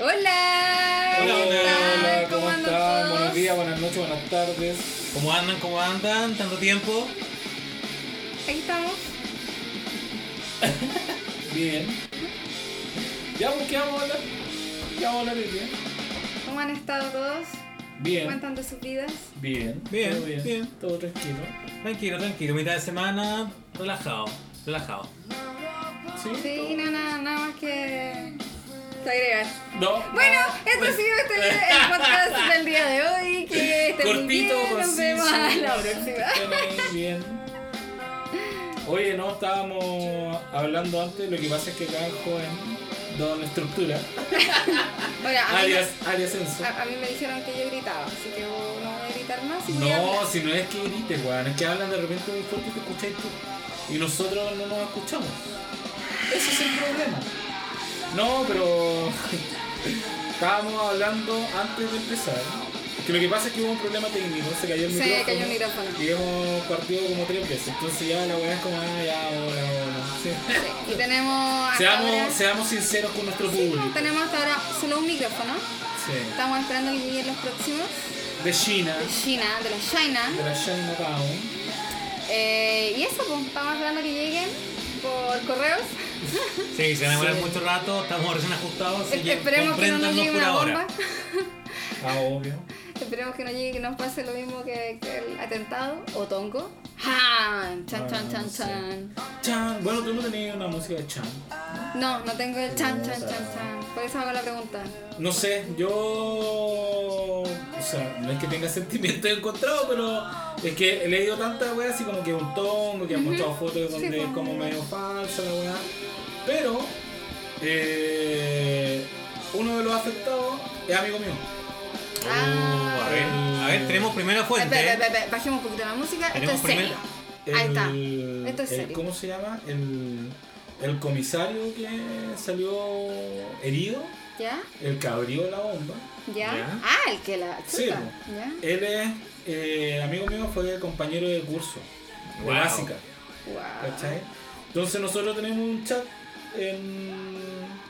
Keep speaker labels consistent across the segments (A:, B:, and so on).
A: Hola,
B: Hola,
A: ¿qué
B: hola,
A: tal?
B: hola, ¿cómo
A: andan
B: están?
A: todos?
B: Buenos días, buenas noches, buenas tardes.
C: ¿Cómo andan? ¿Cómo andan? ¿Tanto tiempo?
A: Aquí estamos.
B: Bien. ¿Ya pues, qué vamos a hablar? ¿Qué vamos a hablar hoy día?
A: ¿Cómo han estado todos?
B: Bien.
A: Cuentan de sus vidas.
B: Bien.
C: Bien,
B: todo
C: bien.
B: Todo tranquilo.
C: Tranquilo, tranquilo. Mitad de semana, relajado, relajado.
B: Sí.
A: Sí, no, nada, nada más que que agregar.
B: No.
A: Bueno,
B: Ah.
A: esto ha sido este video, el podcast del día de hoy. Que estén muy
C: Cortito,
A: bien. Nos
C: conciso.
A: vemos a la próxima.
B: Bien, Bien. Oye, no, estábamos hablando antes, lo que pasa es que acá el joven Don Estructura,
A: Oiga, a mí,
B: alias, alias Enzo.
A: a, a mí me dijeron que yo gritaba, así que yo no voy a gritar más. y voy a
B: No,
A: hablar.
B: si no es que grites, weón, es que hablan de repente muy fuerte y te escucháis tú. Y nosotros no nos escuchamos. Ese es el problema. No, pero estábamos hablando antes de empezar. Que lo que pasa es que hubo un problema técnico, se cayó el
A: Se
B: micrófono.
A: cayó el micrófono.
B: Y hemos partido como tres veces. Entonces ya la weá es como, ah, ya, ahora, ahora. Sí.
A: Sí, Y tenemos hasta ahora-
B: Seamos, seamos sinceros con nuestro
A: Sí,
B: público.
A: tenemos hasta ahora solo un micrófono.
B: Sí.
A: Estamos esperando que lleguen los próximos.
B: De China,
A: De China, de la China.
B: de la China Town.
A: Eh, y eso, pues, estamos esperando que lleguen por correos.
C: Sí, se van a demorar
B: Sí.
C: mucho rato, estamos recién ajustados, así
A: Es-
C: que
A: Esperemos que no nos
C: compréndanos
A: llegue
C: por
A: una bomba.
C: ahora.
B: Ah, obvio.
A: Esperemos que no llegue, que nos pase lo mismo que, que el atentado o tongo. ¡Ja! Chan, chan,
B: Ah,
A: chan,
B: sí.
A: chan.
B: Chan, bueno, tú no tenías una música de Chan.
A: No, no tengo el chan, chan, chan, chan. Por eso hago la pregunta.
B: No sé, yo. O sea, no es que tenga sentimientos encontrados, pero es que he leído tantas weas así como que un tongo, que han mostrado fotos donde
A: Sí,
B: es
A: pues.
B: como medio falsa la wea. Pero. eh, uno de los afectados es amigo mío.
A: Ah.
C: Uh, a ver, a ver, tenemos primera fuente. ¿eh?
A: Espera, espera, espera, bajemos un poquito la música. Esto es
C: Tenemos primer-
A: serio. Ahí está.
B: El-
A: Esto es
B: el-
A: serio.
B: ¿Cómo se llama? El, el comisario que salió herido,
A: ¿Ya?
B: el cabrío de la bomba.
A: ¿Ya?
C: Ya.
A: Ah, el que la chuta.
B: Sí,
A: ¿Ya?
B: Él es, eh, amigo mío, fue compañero de curso, de
C: Wow.
B: básica,
A: Wow.
B: ¿cachai? Entonces nosotros tenemos un chat en,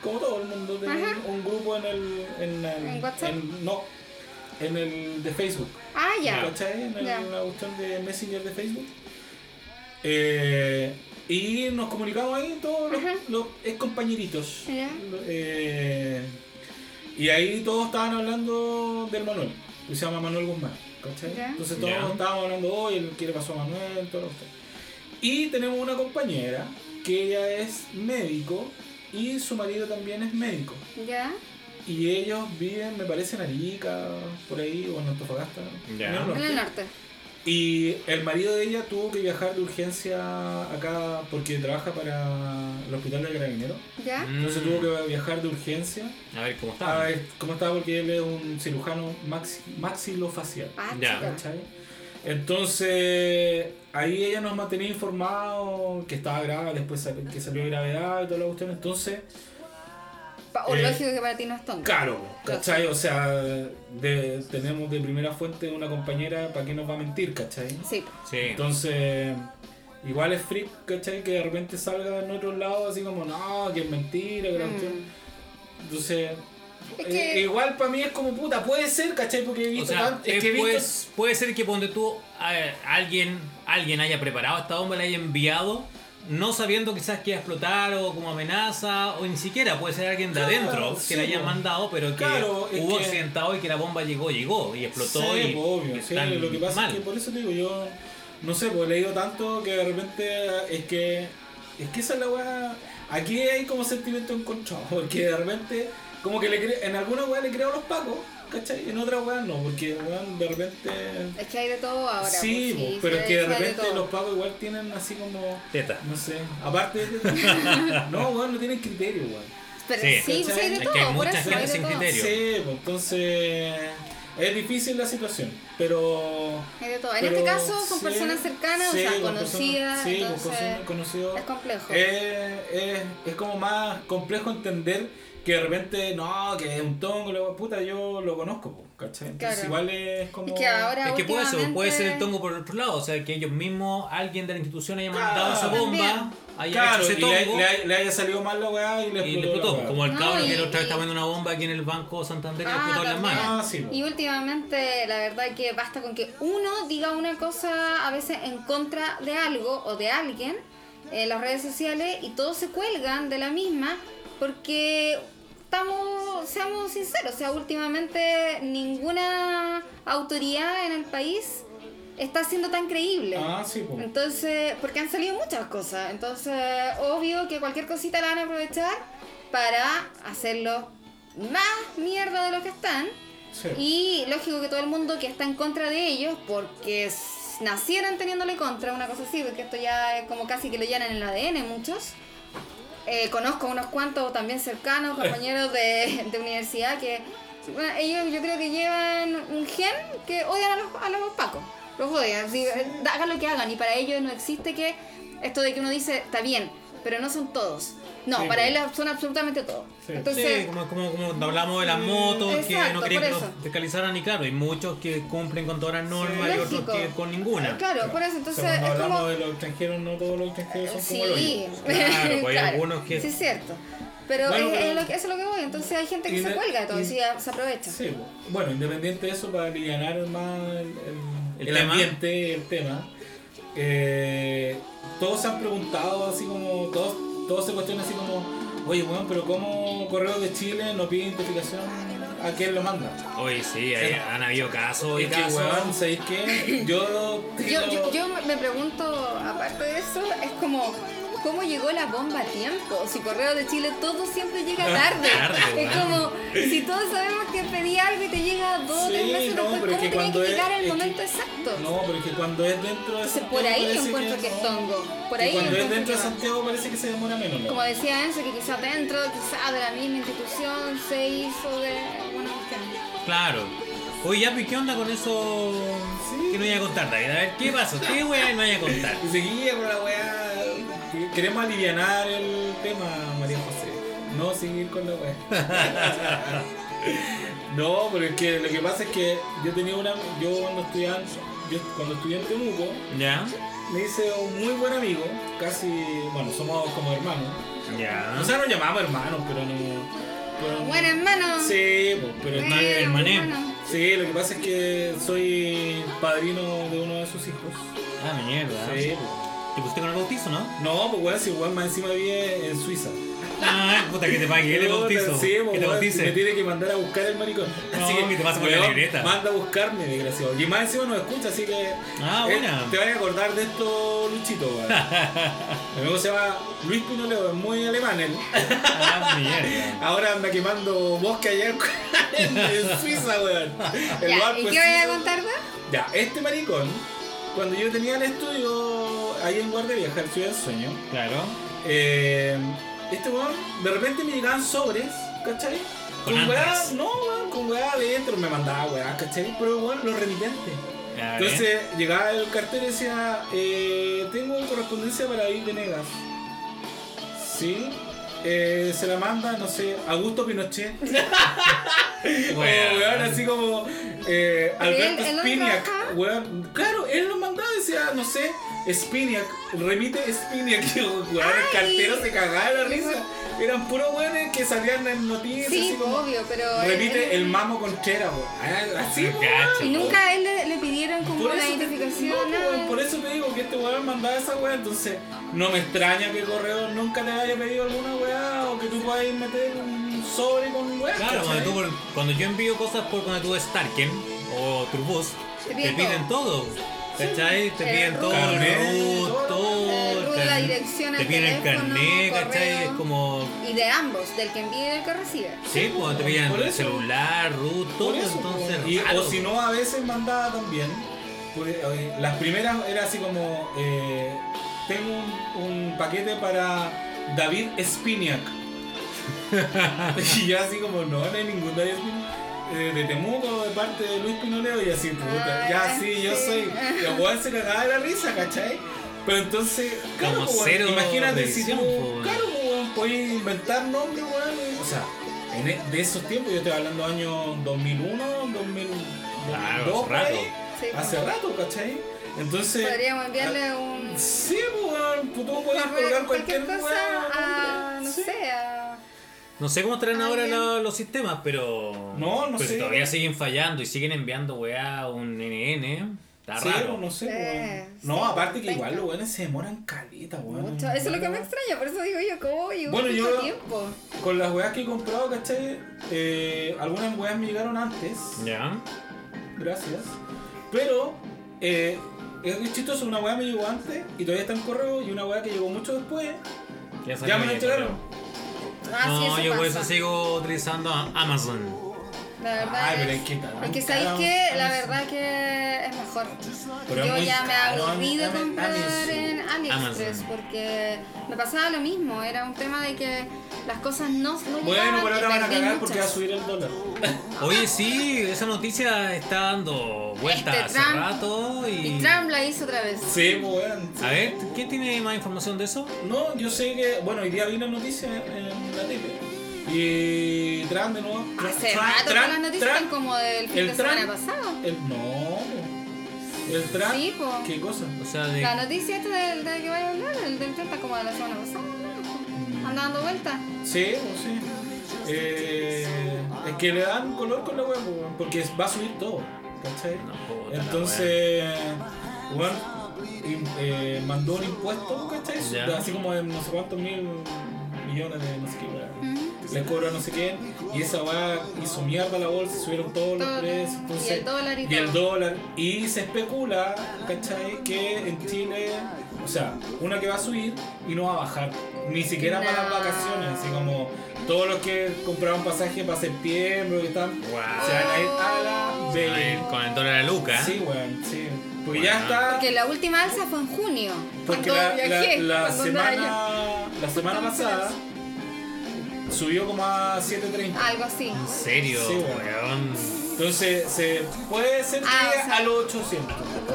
B: como todo el mundo, tenemos
A: Ajá.
B: un grupo en el, en el-
A: ¿En WhatsApp?
B: en- no, en el de Facebook,
A: Ah, ya.
B: ¿cachai? En el-
A: Ya.
B: la cuestión de Messenger de Facebook. Eh, y nos comunicamos ahí todos los,
A: Ajá.
B: los ex compañeritos.
A: Ya.
B: Eh, y ahí todos estaban hablando del Manuel, que se llama Manuel Guzmán. ¿cachai?
A: Ya.
B: Entonces todos
C: Ya.
B: estábamos hablando hoy, qué le pasó a Manuel, todo lo que- Y tenemos una compañera que ella es médico y su marido también es médico.
A: ¿Ya?
B: Y ellos viven, me parece, en Arica, por ahí, o en Antofagasta.
C: Ya.
B: en el norte.
A: En el norte.
B: Y el marido de ella tuvo que viajar de urgencia acá porque trabaja para el hospital de carabineros.
A: ¿Ya?
C: Mm,
B: Entonces tuvo que viajar de urgencia
C: A ver, ¿cómo está?
B: Ah, es- ¿Cómo estaba? Porque él es un cirujano maxi- maxilofacial.
A: Ah,
C: Ya.
A: chica.
B: ¿cachai? Entonces, ahí ella nos mantenía informados que estaba grave, después sal- que salió de gravedad y toda la cuestión. Entonces,
A: Pa- o
B: Eh,
A: lógico que para ti no es tonto.
B: caro, ¿cachai? O sea, de- tenemos de primera fuente una compañera, ¿para qué nos va a mentir, cachai?
A: Sí.
C: Sí.
B: Entonces, igual es freak, ¿cachai? Que de repente salga en otro lado así como, no, que es mentira, que la cuestión.
A: Mm.
B: Entonces,
A: Es
B: eh,
A: que-
B: igual para mí es como puta, puede ser, ¿cachai? Porque he
C: O
B: visto
C: sea,
B: tan- es que he
C: eh,
B: visto-
C: pues, puede ser que ponte tú a- alguien, alguien haya preparado esta bomba, la haya enviado, no sabiendo quizás que iba a explotar o como amenaza, o ni siquiera puede ser alguien de
B: Claro,
C: adentro
B: sí,
C: que la hayan
B: po.
C: mandado, pero que
B: Claro, es
C: hubo
B: que-
C: accidentado y que la bomba llegó, llegó y explotó
B: Sí,
C: y
B: pues, obvio, sí,
C: están
B: lo que pasa
C: mal.
B: es que por eso te digo, yo no sé, pues he leído tanto que de repente es que es que esa es la weá. Aquí hay como sentimiento encontrado, porque de repente, como que le cre- en alguna weá le creo a los pacos, ¿cachai? En otra weá no, porque weón, de repente.
A: Es que hay de todo ahora.
B: sí,
A: pues,
B: pues,
A: sí,
B: pero
A: sí,
B: es que de
A: hay
B: repente
A: todo.
B: los pacos igual tienen así como.
C: Teta.
B: No sé, aparte. no, weón, no tienen criterio, weón.
A: Pero sí,
C: Sí.
A: sí, hay de
B: Es
C: que
A: todo.
C: hay
A: por
C: mucha
A: eso,
C: gente
A: hay de
C: sin
A: todo.
C: criterio.
B: Sí, pues, entonces es difícil la situación, pero...
A: Hay de todo. En
B: pero
A: este caso son
B: sí,
A: personas cercanas,
B: sí,
A: o sea,
B: con personas-
A: conocidas.
B: sí, con
A: entonces
B: personas conocidas.
A: es complejo.
B: Eh, es, es como más complejo entender que de repente, no, que es un tongo, la wea, puta, yo lo conozco, po, ¿cachai? Entonces
A: Claro.
B: igual es como...
A: Es que ahora
C: Es que puede ser, puede ser el
A: últimamente-
C: tongo por el otro lado, o sea, que ellos mismos, alguien de la institución haya
B: Claro.
C: mandado esa bomba, haya
B: Claro,
C: hecho
B: y
C: ese
B: le,
C: tongo
B: le ha- le haya salido mal la weá y le
C: y le
B: explotó. la
C: explotó.
B: weá.
C: Como el
A: No,
C: cabrón
A: y-
C: que la otra vez está
A: y-
C: poniendo una bomba aquí en el Banco Santander y le
A: Ah,
C: explotó en las
A: también.
C: manos.
B: Ah, sí, po.
A: Y últimamente la verdad que basta con que uno diga una cosa a veces en contra de algo o de alguien en las redes sociales y todos se cuelgan de la misma porque estamos, seamos sinceros, o sea, últimamente ninguna autoridad en el país está siendo tan creíble.
B: Ah, sí, po.
A: Mm. Entonces, porque han salido muchas cosas. Entonces, obvio que cualquier cosita la van a aprovechar para hacerlo más mierda de lo que están.
B: Sí.
A: Y lógico que todo el mundo que está en contra de ellos, porque s- nacieron teniéndole contra, una cosa así, porque esto ya es como casi que lo llenan en el ADN muchos. Eh, conozco unos cuantos también cercanos, compañeros de, de universidad, que bueno, ellos yo creo que llevan un gen que odian a los, a los pacos. Los odian, así, eh, hagan lo que hagan. Y para ellos no existe que esto de que uno dice, está bien, pero no son todos. No,
B: Sí,
A: para
B: pues.
A: ellos son absolutamente todos.
B: Sí.
A: Entonces, mm,
C: sí, como, como, como cuando hablamos de las motos, que
A: exacto,
C: no querían
A: por
C: que
A: eso.
C: los fiscalizaran, y claro, hay muchos que cumplen con todas las normas y
A: Lógico.
C: otros que con ninguna.
A: claro, por eso, entonces
B: cuando
A: es
B: hablamos
A: como...
B: de los extranjeros, no todos los extranjeros son como los
A: Sí,
C: Claro, pues hay algunos que-
A: Sí, es cierto. Pero,
B: Bueno,
A: es-
B: pero-
A: es lo que- eso es lo que voy. Entonces hay gente que
B: Y
A: se
B: de-
A: cuelga de todo
B: y-
A: eso y ya se aprovecha.
B: Sí, po. bueno, independiente de eso, para aliviar más el,
C: El
B: el
C: tema.
B: ambiente, el tema, eh, todos se han preguntado, así como, todos, todos se cuestionan así como, oye, bueno, pero ¿cómo Correo de Chile no pide identificación a quién lo manda?
C: Hoy sí, hay- han habido casos y
B: Es que,
C: casos.
B: weón, ¿sabéis qué? Yo...
A: Yo, yo, yo me pregunto, aparte de eso, es como, ¿cómo llegó la bomba a tiempo? Si Correo de Chile todo siempre llega tarde.
C: Tarde,
A: es
C: weón.
A: como, si todos sabemos que pedí algo y te llega dos o tres
B: Sí,
A: meses
B: no,
A: después,
B: pero es
A: ¿cómo
B: que
A: tenía
B: cuando
A: que
B: es-
A: llegar al
B: es que-
A: momento exacto?
B: No, pero es que cuando es dentro de
A: Entonces,
B: Santiago
A: por ahí yo
B: parece
A: encuentro que es
B: no.
A: tongo. Por
B: Y
A: ahí yo
B: cuando es
A: encuentro
B: dentro de
A: que no.
B: Santiago parece que se demora menos. ¿no?
A: Como decía Enzo, que quizás dentro, quizás de la misma institución se hizo de alguna cuestión.
C: Claro. Oye, ya, pues, ¿qué onda con eso
B: Sí.
C: que no iba a contar, David? A ver, ¿qué pasó? ¿Qué weá no iba a contar?
B: Y seguía con la weá. Queremos aliviar el tema, María José. No seguir con la weá. no, pero es que lo que pasa es que yo tenía una. Yo cuando estudiaba, yo cuando estudié en Temuco,
C: ¿Ya?
B: me hice un muy buen amigo. Casi. Bueno, somos como hermanos.
C: Ya.
B: O sea, nos llamamos hermanos, pero no. pero-
A: Bueno, hermano.
B: Sí, pues, pero
A: Bueno,
B: no es hermano.
C: mané.
A: hermano.
B: Sí, lo que pasa es que soy padrino de uno de sus hijos.
C: Ah, mierda.
B: Sí, pues.
C: ¿Te pusiste con el bautizo, no?
B: No, pues weón, si weón más encima vive en Suiza.
C: Ah, puta, que te pague el bautizo.
B: Sí, pues
C: que te
B: weón, me
C: bautice.
B: tiene que mandar a buscar el maricón.
C: No, que te vas a poner
B: weón,
C: la libreta.
B: Manda a buscarme, desgraciado. Y más encima no escucha, así que.
C: Ah,
B: eh,
C: buena.
B: Te vas a acordar de esto, Luchito, weón. Mi amigo se llama Luis Pinoleo, es muy alemán él.
C: Ah, mierda.
B: Ahora anda quemando bosque allá en, en Suiza, weón. El
A: Ya,
B: barco
A: ¿y
B: es
A: qué voy a
B: suizo.
A: contar, güey?
B: Ya, este maricón, cuando yo tenía el estudio ahí en Guardia Vieja, el Ciudad del Sueño.
C: Claro.
B: Eh, este weón, de repente me llegaban sobres, ¿cachai?
C: Con
B: Con weá,
C: andas.
B: no, weón, con weá adentro me mandaba weá, ¿cachai? Pero weón, los remitentes.
C: Ya, ¿eh?
B: Entonces llegaba el cartel y decía, eh, tengo correspondencia para David Venegas. ¿Sí? Eh, se la manda, no sé, Augusto Pinochet. O,
C: Weón.
B: weón, así como eh, Alberto
A: él dónde
B: Spiniak.
A: trabaja?
B: Weón, claro, él lo mandaba, decía, ah, no sé, Spiniak, remite Spiniak. Y, weón, el cartero se cagaba de la risa. Eran puros weones que salían en noticias.
A: Sí,
B: así como,
A: obvio, pero. él-
B: Remite el mamo Contreras, weón. Ah, Así,
C: Cacho.
B: weón.
A: Y nunca a él le, le pidieron como
B: Por
A: la
B: eso, te,
A: identificación.
B: no,
A: nada.
B: weón, por eso te digo que este weón mandaba esa weá, entonces no me extraña que el correo nunca te haya pedido alguna weá o que tú puedas meter un sobre con weá.
C: Claro,
B: ¿cachai?
C: cuando, tú por- cuando yo envío cosas por cuando tú Starken o Turbus,
A: Te
C: te
A: piden
C: piden, todo. ¿Cachai? Te
A: El
C: piden todo,
B: carnet,
C: el
B: todo.
C: RUT, todo.
A: El RUT, la
C: car-
A: dirección, el
C: Te piden el
A: teléfono,
C: carnet,
A: correo.
C: ¿cachai? Es como.
A: Y de ambos, del que envía y del que recibe.
C: Sí, cuando te piden
B: Por
C: el
B: eso.
C: celular, RUT, todo.
B: Por eso, pues.
C: entonces,
B: po. Y-
C: raro.
B: o si no, a veces mandaba también. por- eh, Las primeras era así como: eh, Tengo un, un paquete para David Spiniak. y yo, así como: No, no hay ningún David Spiniak. eh, de Temuco, de parte de Luis Pinoleo, y así, puta,
A: Ah,
B: ya sí, yo
A: sí.
B: soy. Y el weón se cagaba de la risa, ¿cachai? Pero entonces, claro,
C: Como
B: po, weón,
C: cero
B: imagínate si
C: revisión,
B: tú,
C: po, weón.
B: claro, po, weón, podías inventar nombres, weón. y- O sea, en e- de esos tiempos, yo estoy hablando años 2001, 2000, 2002,
C: Claro, hace
B: por ahí.
C: rato.
A: Sí,
B: hace
A: pues.
B: rato, ¿cachai? Entonces,
A: Podríamos enviarle un.
B: Sí, weón, pues, tú puedes colgar cualquier
A: cosa
B: weón,
A: a. no
B: sí.
A: sé, a.
C: No sé cómo estarán ahora
A: Alguien.
C: lo- los sistemas, pero.
B: Ah, No, no
C: pero
B: sé.
C: Si todavía siguen fallando y siguen enviando weá a un NN. Está
B: Sí,
C: raro.
B: no sé,
A: Eh,
B: weón. No,
A: sí,
B: aparte que
A: venga.
B: igual los weones se demoran caleta, weón.
A: Mucho. Eso es lo que me
B: Weón.
A: extraña, por eso digo yo, ¿cómo llegó
B: Bueno,
A: tanto
B: yo-
A: tiempo?
B: Con las weas que he comprado, ¿cachai? Eh, algunas weas me llegaron antes.
C: Ya.
B: Gracias. Pero, eh, es chistoso, una wea me llegó antes y todavía está en correo y una wea que llegó mucho después.
C: salió
B: Ya me lo
C: bien,
B: entregaron.
A: Ah, sí,
C: No,
A: eso
C: yo por
A: pasa.
C: eso sigo utilizando a Amazon.
A: La verdad
B: Ay,
A: es,
B: pero es que tan
A: es que sabéis
B: caro,
A: que la
B: Amazon.
A: verdad que es mejor.
B: Pero es
A: Yo
B: muy
A: ya me
B: caro,
A: aburrí de
B: Ami- Ami-
A: comprar
B: Amazon.
A: en AliExpress
C: Amazon.
A: porque me pasaba lo mismo, era un tema de que las cosas no, no
B: Bueno,
A: llegaban
B: pero
A: y
B: ahora van a
A: perdí
B: cagar porque va a
A: muchas.
B: subir el dólar.
C: Oye, sí, esa noticia está dando vueltas
A: Este
C: hace
A: Trump-
C: rato y.
A: Y Trump la hizo otra vez.
B: Sí, pues, weón.
C: A ver, ¿quién tiene más información de eso?
B: No, yo sé que, bueno, hoy día vi la noticia en, en la tele. Y Trump de nuevo. Tra-
A: Hace
B: tra-
A: rato
B: Trump-
A: todas las noticias
B: Trump-
A: están como del fin
B: el
A: de
B: Trump-
A: semana pasado.
B: el- no. El Trump.
A: Sí, po.
B: ¿Qué cosa?
C: O sea, de.
A: La noticia esta del de que vaya a hablar, el del 30 como de la semana pasada, ¿no? anda dando vueltas.
B: Sí, po, sí. Eh, es que le dan color con la web, porque va a subir todo. ¿Cachai?
C: No, puta la
B: Entonces, bueno, mandó un impuesto, ¿cachai?
C: Ya.
B: Así como de no sé cuántos mil millones de no sé qué, weón.
A: Ujú.
B: le cobra no sé quién y esa weá hizo mierda la bolsa, subieron todos los
A: Todo,
B: precios,
A: y
B: entonces,
A: el dólar y
B: y el
A: todo.
B: dólar. Y se especula, ¿cachai? Que en Chile, o sea, una que va a subir y no va a bajar, ni siquiera para las
A: Nah.
B: vacaciones, así como todos los que compraron pasaje para septiembre y tal,
C: Guau.
B: se van a ir a la
C: A ver,
B: B.
C: con el dólar a Luca.
B: Sí, weón, sí. Porque
C: Bueno.
B: ya está.
A: Porque la última alza fue en junio.
B: Porque
A: cuando
B: la, la-
A: viajé,
B: la
A: cuando andaba allá.
B: semana, la semana
A: Cuando andaba
B: pasada subió como a 7.30.
A: Algo así.
C: ¿En serio?
B: Sí, bueno.
C: weón.
B: Entonces, se puede ser que
A: Ah, o sea-
B: a los 800.
C: Ah,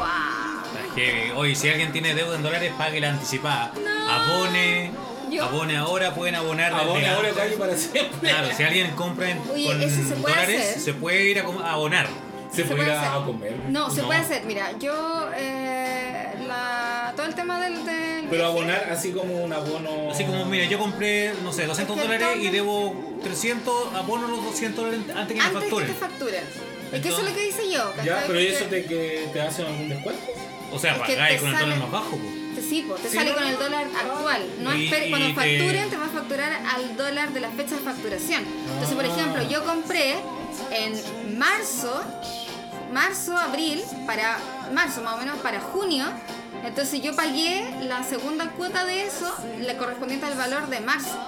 A: ¡Guau!
C: Está heavy. Oye, si alguien tiene deuda en dólares, pague la anticipada. Abone.
A: Yo-
C: Abone ahora, pueden abonar desde
B: Abone ahora
C: antes.
B: calle para siempre.
C: Claro, si alguien compra en-
A: Oye,
C: con
A: ¿eso se puede
C: dólares,
A: hacer?
C: se puede ir a com- a abonar.
B: Se,
A: se
B: puede ir
A: puede
B: a
A: hacer.
B: comer.
A: No, se
C: No.
A: puede hacer. Mira, yo. Eh, la, todo el tema del. del
B: Pero
A: viaje,
B: abonar así como un abono.
C: Así como, mira, yo compré, no sé, 200
A: Es que
C: dólares y
A: entonces-
C: debo 300, abono los 200 dólares antes que me
A: Antes que te
C: facturen.
A: facturen. Es que eso es lo que hice yo.
B: Ya,
A: ¿cachai?
B: pero ¿y eso
A: Porque
B: te, que te hacen algún descuento.
C: O sea,
A: Es que
C: pagáis
A: te
C: con el dólar
A: sale-
C: más bajo. po.
A: Te, sí, pues, te
B: Sí,
A: sale
B: no,
A: con el
B: no.
A: dólar actual. No
C: Y-
A: esperes-
C: y
A: cuando
C: te-
A: facturen, te va a facturar al dólar de la fecha de facturación. Entonces, por
B: Ah.
A: ejemplo, yo compré en marzo, marzo, abril, para marzo más o menos, para junio. Entonces, yo pagué la segunda cuota de eso, la correspondiente al valor de marzo.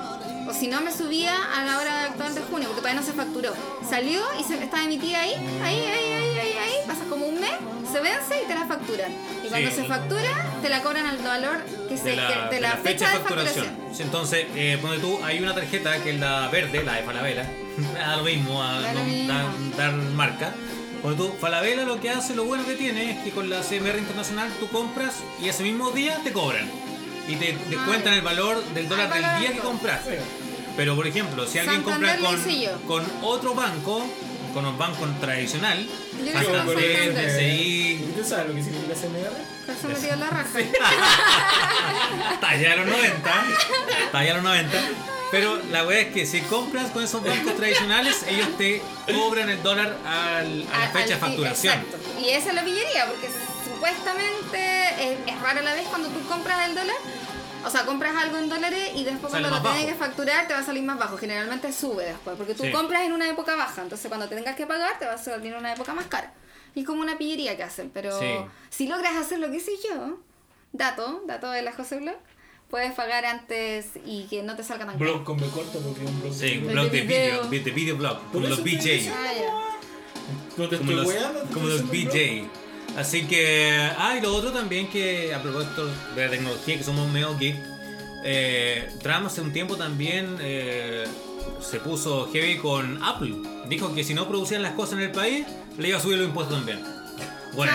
A: O si no, me subía a la hora actual de junio, porque todavía no se facturó. Salió y se, estaba emitida ahí, ahí, ahí, ahí, ahí, ahí. Pasa como un mes, se vence y te la facturan. Y cuando
C: Sí.
A: se factura, te la cobran al valor que se,
C: De
A: que-
C: la, de la fecha de facturación. Sí, Entonces, eh, ponte tú, hay una tarjeta que es la verde, la de Falabella. da lo mismo, a-
A: Da lo
C: no-
A: mismo.
C: da- dar marca. Ponte tú, Falabella lo que hace, lo bueno que tiene es que con la CMR Internacional tú compras y ese mismo día te cobran. Y te descuentan el valor del dólar
A: Al
C: del
A: valor
C: día
A: del
C: que
A: dólar.
C: compraste. Pero por ejemplo, si alguien
A: Santander
C: compra
A: lo hice yo.
C: con, con otro banco, con un banco tradicional,
A: Yo lo hice con
C: Santander,
A: Santander.
C: DCI,
B: ¿Usted sabe lo que significa CMR?
A: Por eso me dio la raja.
C: Talla de los 90. Talla de los 90. Pero la wea es que si compras con esos bancos tradicionales, ellos te cobran el dólar al- a la
A: Al-
C: fecha de
A: al-
C: facturación.
A: Exacto. Y esa es la pillería, porque supuestamente es, es rara la vez cuando tú compras el dólar. O sea, compras algo en dólares y después
C: Sale
A: cuando lo
C: más
A: tienes que
C: bajo.
A: facturar te va a salir más bajo. Generalmente sube después, porque tú
C: Sí.
A: compras en una época baja. Entonces cuando te tengas que pagar te va a salir en una época más cara. Y es como una pillería que hacen. Pero
C: Sí.
A: si logras hacer lo que hice yo, dato, dato de la José Blog, puedes pagar antes y que no te salga tan caro.
B: Blog con B corto porque es un blog.
C: Sí, un
A: Los
C: blog
A: de
C: de video,
A: video.
C: de video blog,
B: Por
C: como
B: eso
C: los
B: te
C: BJ.
B: dije.
A: Ah, ya.
B: No te
C: Como
B: estoy
C: los,
B: weando, te estoy
C: como los
B: diciendo blog.
C: BJ. Así que. Ah, y lo otro también que a propósito de la tecnología, que somos medio geek, eh, Trump hace un tiempo también eh, se puso heavy con Apple. Dijo que si no producían las cosas en el país, le iba a subir los impuestos también. Bueno,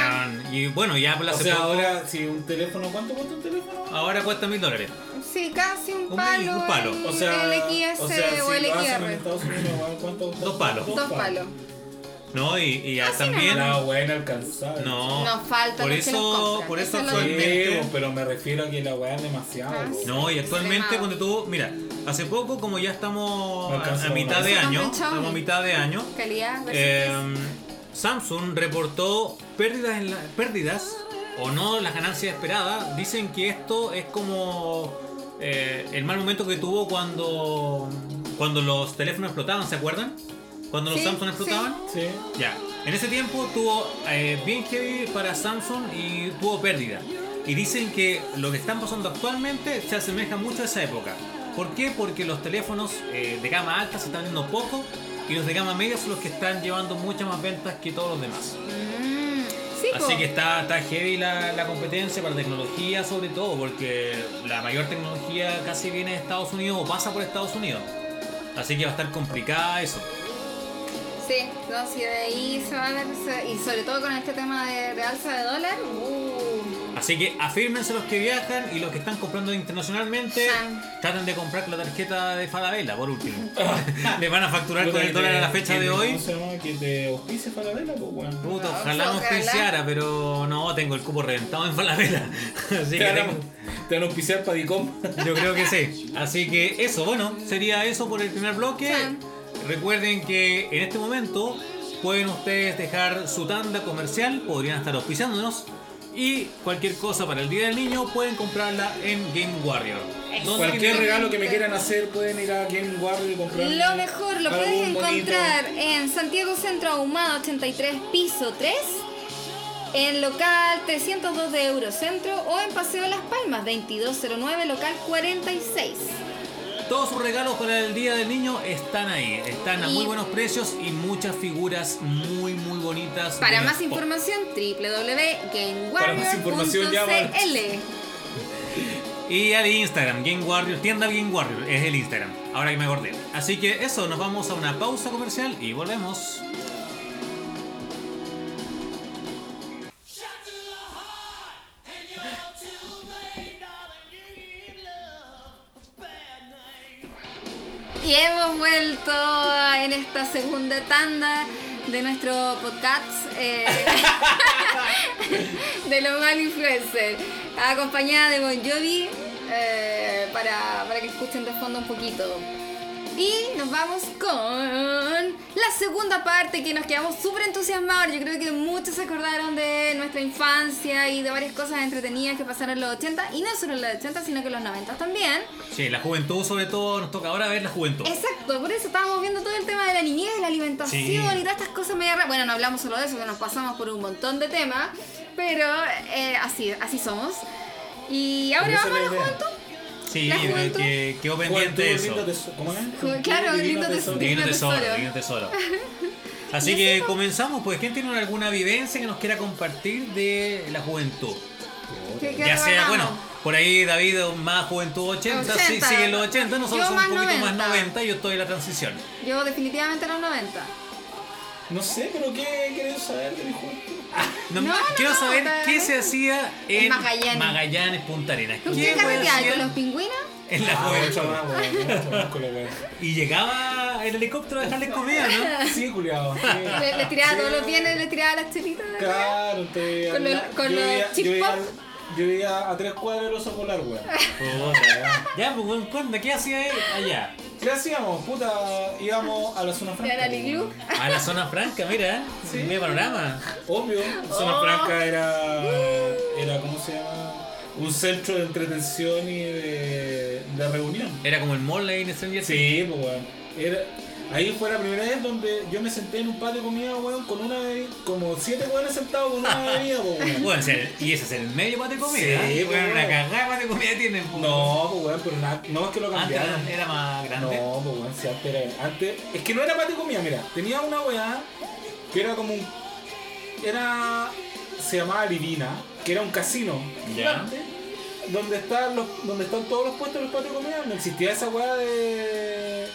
C: y bueno, ya Apple
B: O
C: hace
B: sea,
C: poco-
B: ahora, si un teléfono, ¿cuánto cuesta un teléfono?
A: Ah,
C: ahora cuesta mil dólares.
A: Sí, casi un
C: Un-
A: palo.
C: un palo,
A: el-
B: O sea,
A: el XS
B: o, sea, si
A: o el
B: lo hacen en
A: XR.
B: Estados Unidos, weón, ¿cuánto cuesta?
C: Dos palos.
A: Dos palos.
C: No, y, y ya
A: Así
C: también.
B: La weá inalcanzable.
C: No.
A: Nos faltan
C: Por
A: los que nos
C: eso,
A: compran.
C: por
A: Eso
C: eso
A: es lo-
B: Sí,
C: actualmente.
B: pero me refiero a que la weá es demasiado.
A: Ah,
B: weón.
C: No, y actualmente
A: Extremado.
C: cuando tú, mira, hace poco como ya estamos
B: No alcanza
C: a, a
B: uno.
C: mitad de
A: Se
C: año,
A: compra el Xiaomi.
C: estamos a mitad de año,
A: Calidad versus precio.
C: eh, Samsung reportó pérdidas en la- pérdidas o no las ganancias esperadas. Dicen que esto es como eh, el mal momento que tuvo cuando cuando los teléfonos explotaban, ¿se acuerdan? Cuando los
A: Sí, sí.
C: Samsung explotaban.
B: Sí.
C: Ya, en ese tiempo tuvo eh, bien heavy para Samsung y tuvo pérdida. Y dicen que lo que están pasando actualmente se asemeja mucho a esa época. ¿Por qué? Porque los teléfonos eh, de gama alta se están vendiendo poco y los de gama media son los que están llevando muchas más ventas que todos los demás.
A: Mm, sí, po.
C: Así que está, está heavy la, la competencia para tecnología sobre todo, porque la mayor tecnología casi viene de Estados Unidos o pasa por Estados Unidos. Así que va a estar complicada eso.
A: Sí, no, si de ahí se va a ver, se- y sobre todo con este tema de, de alza de dólar, uh,
C: Así que afírmense los que viajan y los que están comprando internacionalmente,
A: San.
C: traten de comprar la tarjeta de Falabella, por último. Le van a facturar con
B: Puta, que
C: el dólar a la
B: te-
C: fecha
B: que
C: de
B: te-
C: hoy.
B: ¿Cómo se llama? Que te auspice para la vela, pues, weón.
C: Puta,
A: No,
C: ojalá no
A: ojalá.
C: auspiciara, pero no, tengo el cupo reventado en Falabella. Así
B: Te
C: que
B: van a-
C: tengo-
B: te van a auspiciar para Dicom.
C: yo creo que sí. Así que eso, bueno, sería eso por el primer bloque.
A: San.
C: Recuerden que en este momento pueden ustedes dejar su tanda comercial, podrían estar auspiciándonos. Y cualquier cosa para el Día del Niño pueden comprarla en Game Warrior. ¿Dónde
B: Cualquier
C: tienen-
B: regalo que me quieran hacer pueden ir a Game Warrior y comprar.
A: lo mejor lo
B: algún
A: puedes
B: bonito.
A: encontrar en Santiago Centro Ahumada 83, piso 3, en local 302 de Eurocentro o en Paseo Las Palmas 2209, local 46.
C: Todos sus regalos para el Día del Niño están ahí. Están a
A: Y-
C: muy buenos precios y muchas figuras muy, muy bonitas. de
A: Para
C: los
A: más
C: pop.
A: información,
B: Para más información, llama al-
A: www.gamewarrior.cl
C: Y al Instagram, Game Warrior, tienda Game Warrior, es el Instagram. Ahora que me acordé. Así que eso, nos vamos a una pausa comercial y volvemos.
A: Y hemos vuelto en esta segunda tanda de nuestro podcast eh, de lo mal influencer, acompañada de Bon Jovi eh, para, para que escuchen de fondo un poquito. Y nos vamos con la segunda parte que nos quedamos súper entusiasmados. Yo creo que muchos se acordaron de nuestra infancia y de varias cosas entretenidas que pasaron en los 80 y no solo en los 80 sino que en los 90 también.
C: Sí, la juventud sobre todo, nos toca ahora ver la juventud.
A: Exacto, por eso estábamos viendo todo el tema de la niñez, la alimentación
C: Sí.
A: y todas estas cosas media raras. Bueno, no hablamos solo de eso, que nos pasamos por un montón de temas, pero eh, así, así somos. Y ahora
B: Pero esa
A: vamos a
B: es
A: la
B: la idea.
A: juventud.
C: Sí,
A: La
C: eh,
A: juventud.
C: que quedó pendiente de
B: Juventud,
C: eso.
B: lindo tesoro. ¿Cómo es?
A: Ju- claro,
B: Divino
A: lindo
B: tesoro.
A: tesoro.
C: Divino tesoro,
A: tesoro.
C: divino tesoro. Así que comenzamos, pues, ¿quién tiene alguna vivencia que nos quiera compartir de la juventud?
A: ¿Qué- qué
C: Ya sea,
A: recordamos?
C: bueno, por ahí David más juventud 80, sí,
A: 80.
C: sigue los 80,
A: Yo
C: nosotros somos un
A: más
C: poquito más
A: 90.
C: 90 y yo estoy en la transición.
A: Yo definitivamente era un 90.
B: No sé, pero ¿qué querés saber de mi juventud?
C: No,
A: No, no,
C: quiero
A: no,
C: saber
A: está
C: qué
A: bien.
C: se hacía
A: En
C: en
A: Magallanes.
C: Magallanes, Punta Arenas.
A: ¿Con
C: ¿Qué
A: quién
C: weón
A: carreteaba? ¿Con
C: hacían
A: los pingüinos?
C: En la
B: Ah, mucho
C: juventud.
B: más, weón, mucho más con la weá.
C: Y llegaba el helicóptero a dejarle comida, ¿no?
B: Sí, culiado.
A: Le, le tiraba todos los bienes, le tiraba las chelitas. de atrás.
B: Claro, te.
A: Con lo- con
B: yo
A: lo
B: vivía-
A: chip
B: yo vivía-
A: pop.
B: Yo vivía a tres cuadros del oso polar, weón. Oh,
C: Ya, pues, weón, cuenta, ¿qué hacía él allá?
B: ¿Qué hacíamos? Puta, íbamos a la zona franca.
A: Era la Liglu.
B: weón.
C: A la zona franca, mira,
B: Sí.
C: mi panorama.
B: Obvio, la zona
A: Oh.
B: franca era. Era, ¿cómo se llama? Un centro de entretención y de, de reunión.
C: Era como el mall ahí en Stranger Things.
B: Sí, pues, weón. Era- Ahí fue la primera vez donde yo me senté en un patio de comida, weón, con una bebi- como siete weones sentados con una bebida, pues, weón.
C: Bueno, ese- y ese es el medio para de comida.
B: Sí,
C: ¿eh?
B: pues,
C: Bueno, una
B: weón.
C: cagada de paté comida tienen. pues.
B: No, pues, weón, pero nada, no es que lo
C: Antes
B: cambiaron.
C: era, era más
B: No,
C: grande.
B: pues weón, si antes era. Antes. Es que no era patio de comida, mira. Tenía una weá que era como un. Era. Se llamaba Livina, que era un casino.
C: Ya.
B: gigante, Donde están, los, donde están todos los puestos de los patios de comida. No existía esa weá de.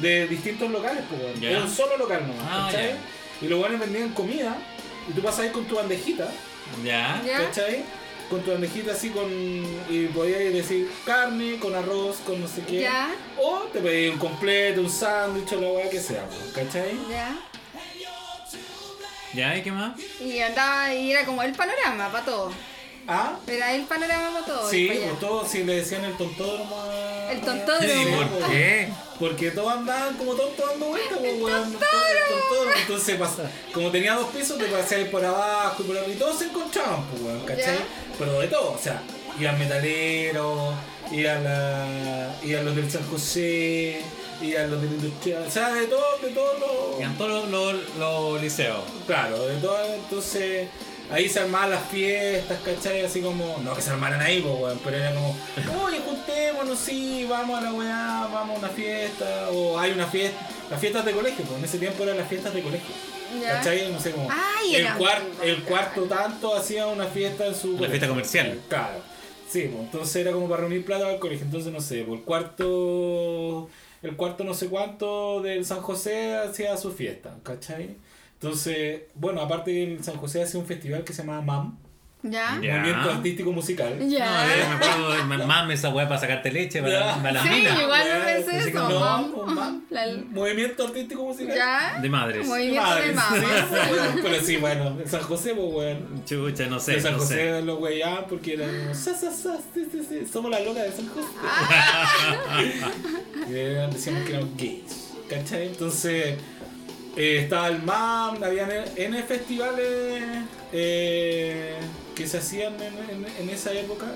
B: de distintos locales, pues weón.
C: Ya.
B: Era un solo local nomás,
C: Ah,
B: ¿cachai? Y los weones vendían comida. Y tú pasabas con tu bandejita,
C: Ya.
A: Ya.
B: ¿cachai? Con tu bandejita así con. Y podías decir carne, con arroz, con no sé qué.
A: Ya.
B: O te pedías un completo, un sándwich o la weá que sea, pues, ¿cachai?
A: Ya.
C: Ya, ¿y qué más?
A: Y andaba y era como el panorama para todo.
B: Ah,
A: Era el panorama para todo.
B: sí,
A: ir pa' allá.
B: pues todos sí le decían el tontódromo. a-
A: El tontódromo.
B: Sí,
C: ¿Y
A: Pero-
C: por qué?
B: Porque todos andaban como tontos dando vueltas, pues, weón. Todos, todos. Entonces, pasa- como tenía dos pisos, te paseabas por abajo y por arriba. Y todos se encontraban, pues, weón, ¿cachai?
A: Ya.
B: Pero de todo, o sea, iban metaleros, iban, la, iban los del San José, iban los del Industrial, o sea, de todo, de todo. lo-
C: En todos los los- los liceos.
B: Claro, de todo, entonces ahí se armaban las fiestas, ¿cachai? Así como, no que se armaran ahí, po, weón, pero era como, oye, juntémonos, sí, vamos a la weá, vamos a una fiesta, o hay una fiesta, las fiestas de colegio, pues en ese tiempo eran las fiestas de colegio.
A: Ya. Ah,
B: ¿Cachai? No sé cómo.
A: Ay,
B: el,
A: era
B: cuar-
A: muy
B: el cuarto tanto hacía una fiesta en su.
C: Una fiesta comercial.
B: Claro. Sí, pues, entonces era como para reunir plata al colegio. Entonces, no sé, por el cuarto. El cuarto no sé cuánto del San José hacía su fiesta, ¿cachai? Entonces, bueno, aparte el San José hacía un festival que se llamaba MAM,
A: Ya.
C: Ya.
B: Movimiento Artístico Musical.
A: Ya.
C: No, yo me acuerdo de ma- mame esa weá para sacarte leche,
B: Ya.
C: para, para las
A: Sí,
C: minas.
A: igual no
B: Weá,
A: pensé
B: así
A: eso.
B: como, no,
A: mam.
B: pues, mam.
A: La-
B: Movimiento Artístico Musical.
A: Ya.
C: De madres.
A: Movimiento de
B: Madre, sí,
A: mamá.
B: bueno, pero sí, bueno, el San José, pues, bueno.
C: Chucha, no sé,
B: de San
C: no
B: José
C: sé.
B: los weyaban porque eran como, "Sa, sa, sa, sí, sí, sí, somos la loca de San José.
C: Ah.
B: y eran- decíamos que eran gays. ¿Cachai? Entonces eh, estaba el MAM, había e, N festivales eh, que se hacían en, en- en esa época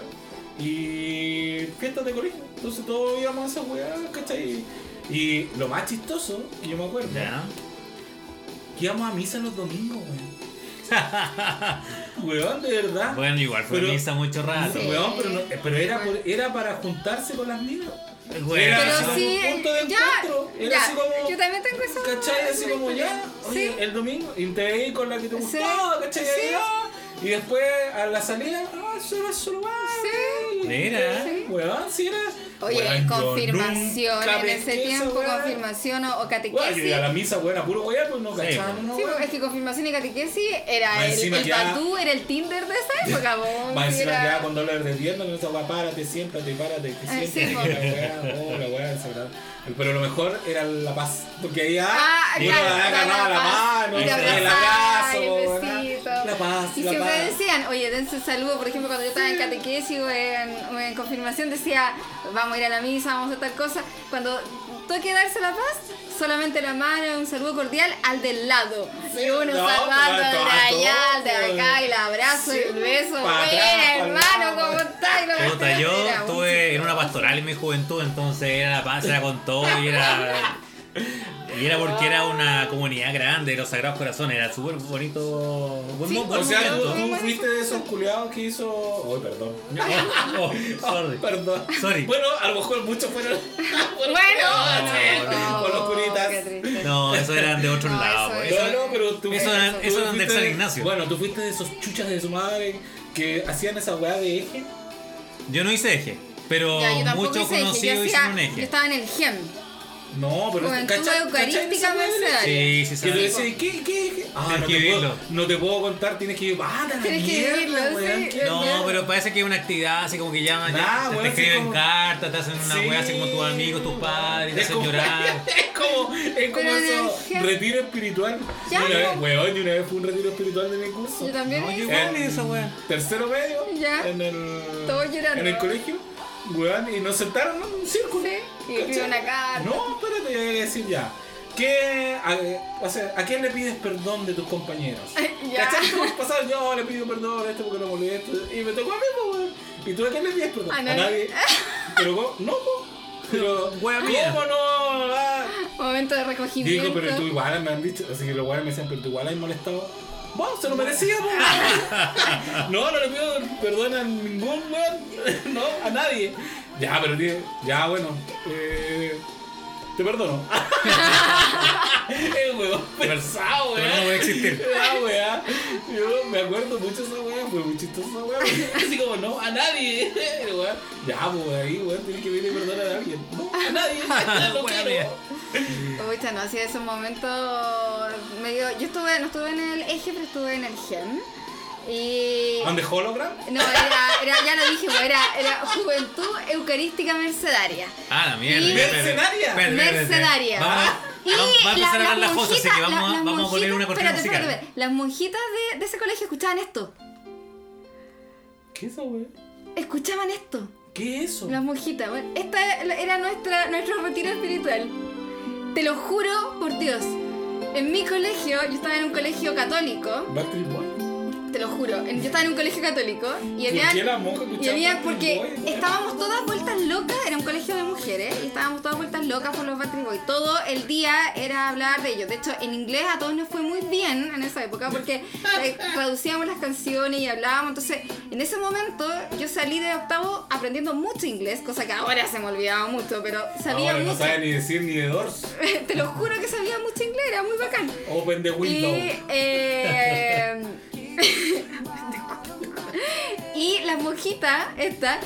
B: y fiestas de colegio. Entonces todos íbamos a esas weas, ¿cachai? Y lo más chistoso que yo me acuerdo,
C: Ya.
B: que íbamos a misa los domingos, weón. weón, de verdad.
C: Bueno, igual fue
B: Pero-
C: misa mucho rato.
A: Sí.
B: Ah, Weón, pero, no- eh, pero era, por- era para juntarse con las minas.
C: Weón.
B: Era
A: Pero
B: como
A: sí,
B: un punto de
A: ya,
B: encuentro. Era
A: ya.
B: así como-
A: Yo también tengo eso.
B: ¿Cachai? Así como ya, oye,
A: Sí.
B: el domingo, y te veí con la que te
A: Sí.
B: gustaba, ¿cachai?
A: Sí.
B: Ah, Y después a la salida, ah, solo, solo, ah,
A: Sí.
B: y-
C: Mira.
A: Sí.
B: Weón, sí era.
A: Oye,
B: Weón, yo
A: confirmación
B: nunca
A: en ese
B: pesqué esa
A: tiempo,
B: weá.
A: confirmación o, o
B: Weón, yo
A: catequesis.
B: iba a la misa, weón, a puro weón, pues no
C: Sí,
B: cachaba,
C: weón.
B: no,
A: Sí,
B: weón.
A: pues, es que confirmación y catequesis era
B: Más
A: el,
B: encima
A: el
B: que ya-
A: Badoo, era el Tinder de esa época, vos.
B: Va encima
A: era-
B: quedaba con dólares de pierna, con esa weá, párate, siéntate, párate, que
A: Ay, sí,
B: siéntate.
A: po.
B: la weá, oh, la weá, esa weá. Pero lo mejor era la paz, porque ahí
A: Ah,
B: ah, uno
A: claro,
B: la
A: la
B: agarraba la,
A: paz,
B: mano,
A: y
B: el
A: te abrazaba,
B: abrazo,
A: y el
B: weá.
A: besito.
B: la paz,
A: Y
B: la
A: siempre
B: paz.
A: decían, oye, dense saludo. Por ejemplo, cuando yo estaba en catequesis o en, o en confirmación, decía, vamos a ir a la misa, vamos a hacer tal cosa. Cuando toque darse la paz, solamente la mano, un saludo cordial al del lado.
B: Sí,
A: y uno
B: no,
A: salvando
B: a
A: al
B: to-
A: de
B: a
A: allá,
B: todos,
A: al de acá, y el abrazo,
B: Sí,
A: y el beso.
B: pa' atrás,
A: Buena,
B: pa'
A: hermano,
B: lado,
A: ¿cómo
B: pa-
A: estás? Y la
C: Puta,
A: gente
C: yo
A: era muy
C: estuve en una
A: chistoso.
C: pastoral en mi juventud, entonces era la paz, era con todo y era. Y era porque era una comunidad grande, los Sagrados Corazones, era súper bonito. Buen,
A: Sí,
C: buen
B: O sea, tú,
C: momento.
B: tú fuiste de esos culiados que hizo. Uy, perdón.
C: Oh, sorry.
B: Perdón.
C: Sorry.
B: Bueno, a lo mejor muchos fueron.
A: Bueno,
B: sí, con los curitas.
A: qué triste.
C: No, eso eran de otro
A: No,
C: lado.
A: eso
C: pues.
A: era-
B: No, no, pero tú.
C: Eso
B: tú
C: eran- eso eran
B: fuiste
C: del San Ignacio.
B: Bueno, tú fuiste de esos chuchas de su madre que hacían esa weá de eje.
C: Yo no hice eje, pero
A: Ya, yo tampoco
C: muchos
A: hice eje, yo
C: conocidos
A: hacía-
C: hicieron un
A: Yo
C: eje.
A: estaba en el GEM.
B: No, pero
A: Juventud
B: ¿cachai-
A: Eucarística
B: cachai esa weá del eje?
A: Mercedaria.
C: Sí, sí,
B: Que tú
C: sí.
A: Quiero
B: decís, ¿qué, qué, qué? Ah,
C: Tienes
B: no
C: que
B: te,
C: vivirlo.
B: puedo, no te puedo contar, tienes que ir. Ah, la
A: Tienes que
B: mierda,
A: vivirlo,
B: weón.
A: sí.
C: No, pero parece que es una actividad así como que llaman,
B: Nah,
C: ya, te,
B: weón,
C: te
B: Ah, así
C: escriben
B: como-
C: cartas, te hacen una
B: Sí.
C: weá así como tus amigos, tus padres, te
B: Es
C: hacen
B: como-
C: llorar.
B: Es como, es como
A: Pero en el
B: eso,
A: gen-
B: retiro espiritual.
A: Ya,
B: Y una vez,
A: no.
B: weón, y una vez fue un retiro espiritual de mi curso.
A: Yo también.
C: No, yo
A: hice.
C: igual
B: En
C: esa weá.
B: Tercero medio.
A: Ya.
B: En el.
A: Todos llorando.
B: En el colegio. Weón, y nos sentaron en un círculo.
A: Sí, y escribió
B: ¿cachai?
A: una carta.
B: No, espérate, yo quería decir ya. ¿Qué, a, o sea, ¿A quién le pides perdón de tus compañeros?
A: Ya.
B: ¿Cachai? Como pasaba, yo le pido perdón a este porque lo molesto. Y me tocó a mí, pues, weón. ¿Y tú a quién le pides perdón?
A: A
B: A
A: nadie.
B: nadie. Pero, ¿cómo? No, pues. Pero,
C: Wea mía.
B: ¿Cómo no? Ah,
A: Momento de
B: yo
A: recogimiento.
B: digo, pero tú igual me han dicho, así que los guanes me decían, pero tú igual has molestado. Vos, se lo merecía, po. No, no le pido perdón a ningún weón, no, a nadie. Ya, pero tío, ya bueno. eh, Te perdono. el weón pesado,
C: Pero no
B: weón.
C: voy a existir.
B: La weá, yo me acuerdo mucho esa weá, fue muy chistosa esa weá. Así como, no, a nadie. El weón, ya, pues ahí, weón, tienes que venir y perdonar a alguien. No, a nadie, no
C: Weón,
B: quiero.
A: Pucha, no, así es un momento medio... Yo estuve, no estuve en el eje, pero estuve en el GEM. Y...
B: ¿Dónde hologram?
A: No, era, era- ya lo dije, pues, era, era Juventud Eucarística Mercedaria.
C: Ah, la mierda.
A: Y-
C: ya, espérate.
B: Mercenaria.
C: Espérate, espérate, espérate.
A: Mercenaria.
C: Vamos,
A: Y
C: vamos- va a empezar a
A: la-
C: hablar la
A: las
C: José, así que
A: monjitas-
C: vamos,
A: la-
C: a-
A: las
C: vamos a poner
A: monjitas-
C: una cortina
A: espérate,
C: musical.
A: espérate, espérate. Las monjitas de, de ese colegio escuchaban esto.
B: ¿Qué es esa weá?
A: Escuchaban esto.
B: ¿Qué es eso?
A: Las monjitas. Bueno, esta era nuestra, nuestro retiro espiritual. Te lo juro por Dios. En mi colegio, yo estaba en un colegio católico,
B: Backstreet Boy.
A: te lo juro. en- yo estaba en un colegio católico y
B: ¿Por
A: había
B: qué la monja escuchaba
A: Y había,
B: Backstreet
A: porque
B: Boy, weón?
A: estábamos todas vueltas locas, era un colegio de mujeres, y estábamos todas vueltas locas por los Backstreet Boys. Todo el día era hablar de ellos. De hecho, en inglés a todos nos fue muy bien en esa época porque eh, traducíamos las canciones y hablábamos. Entonces, en ese momento yo salí de octavo aprendiendo mucho inglés, cosa que ahora se me olvidaba mucho, pero sabía
B: Ahora no
A: mucho.
B: sabe ni decir ni de Doors.
A: Te lo juro que sabía mucho inglés, era muy bacán.
B: Open the window.
A: Y, eh, y las monjitas, esta,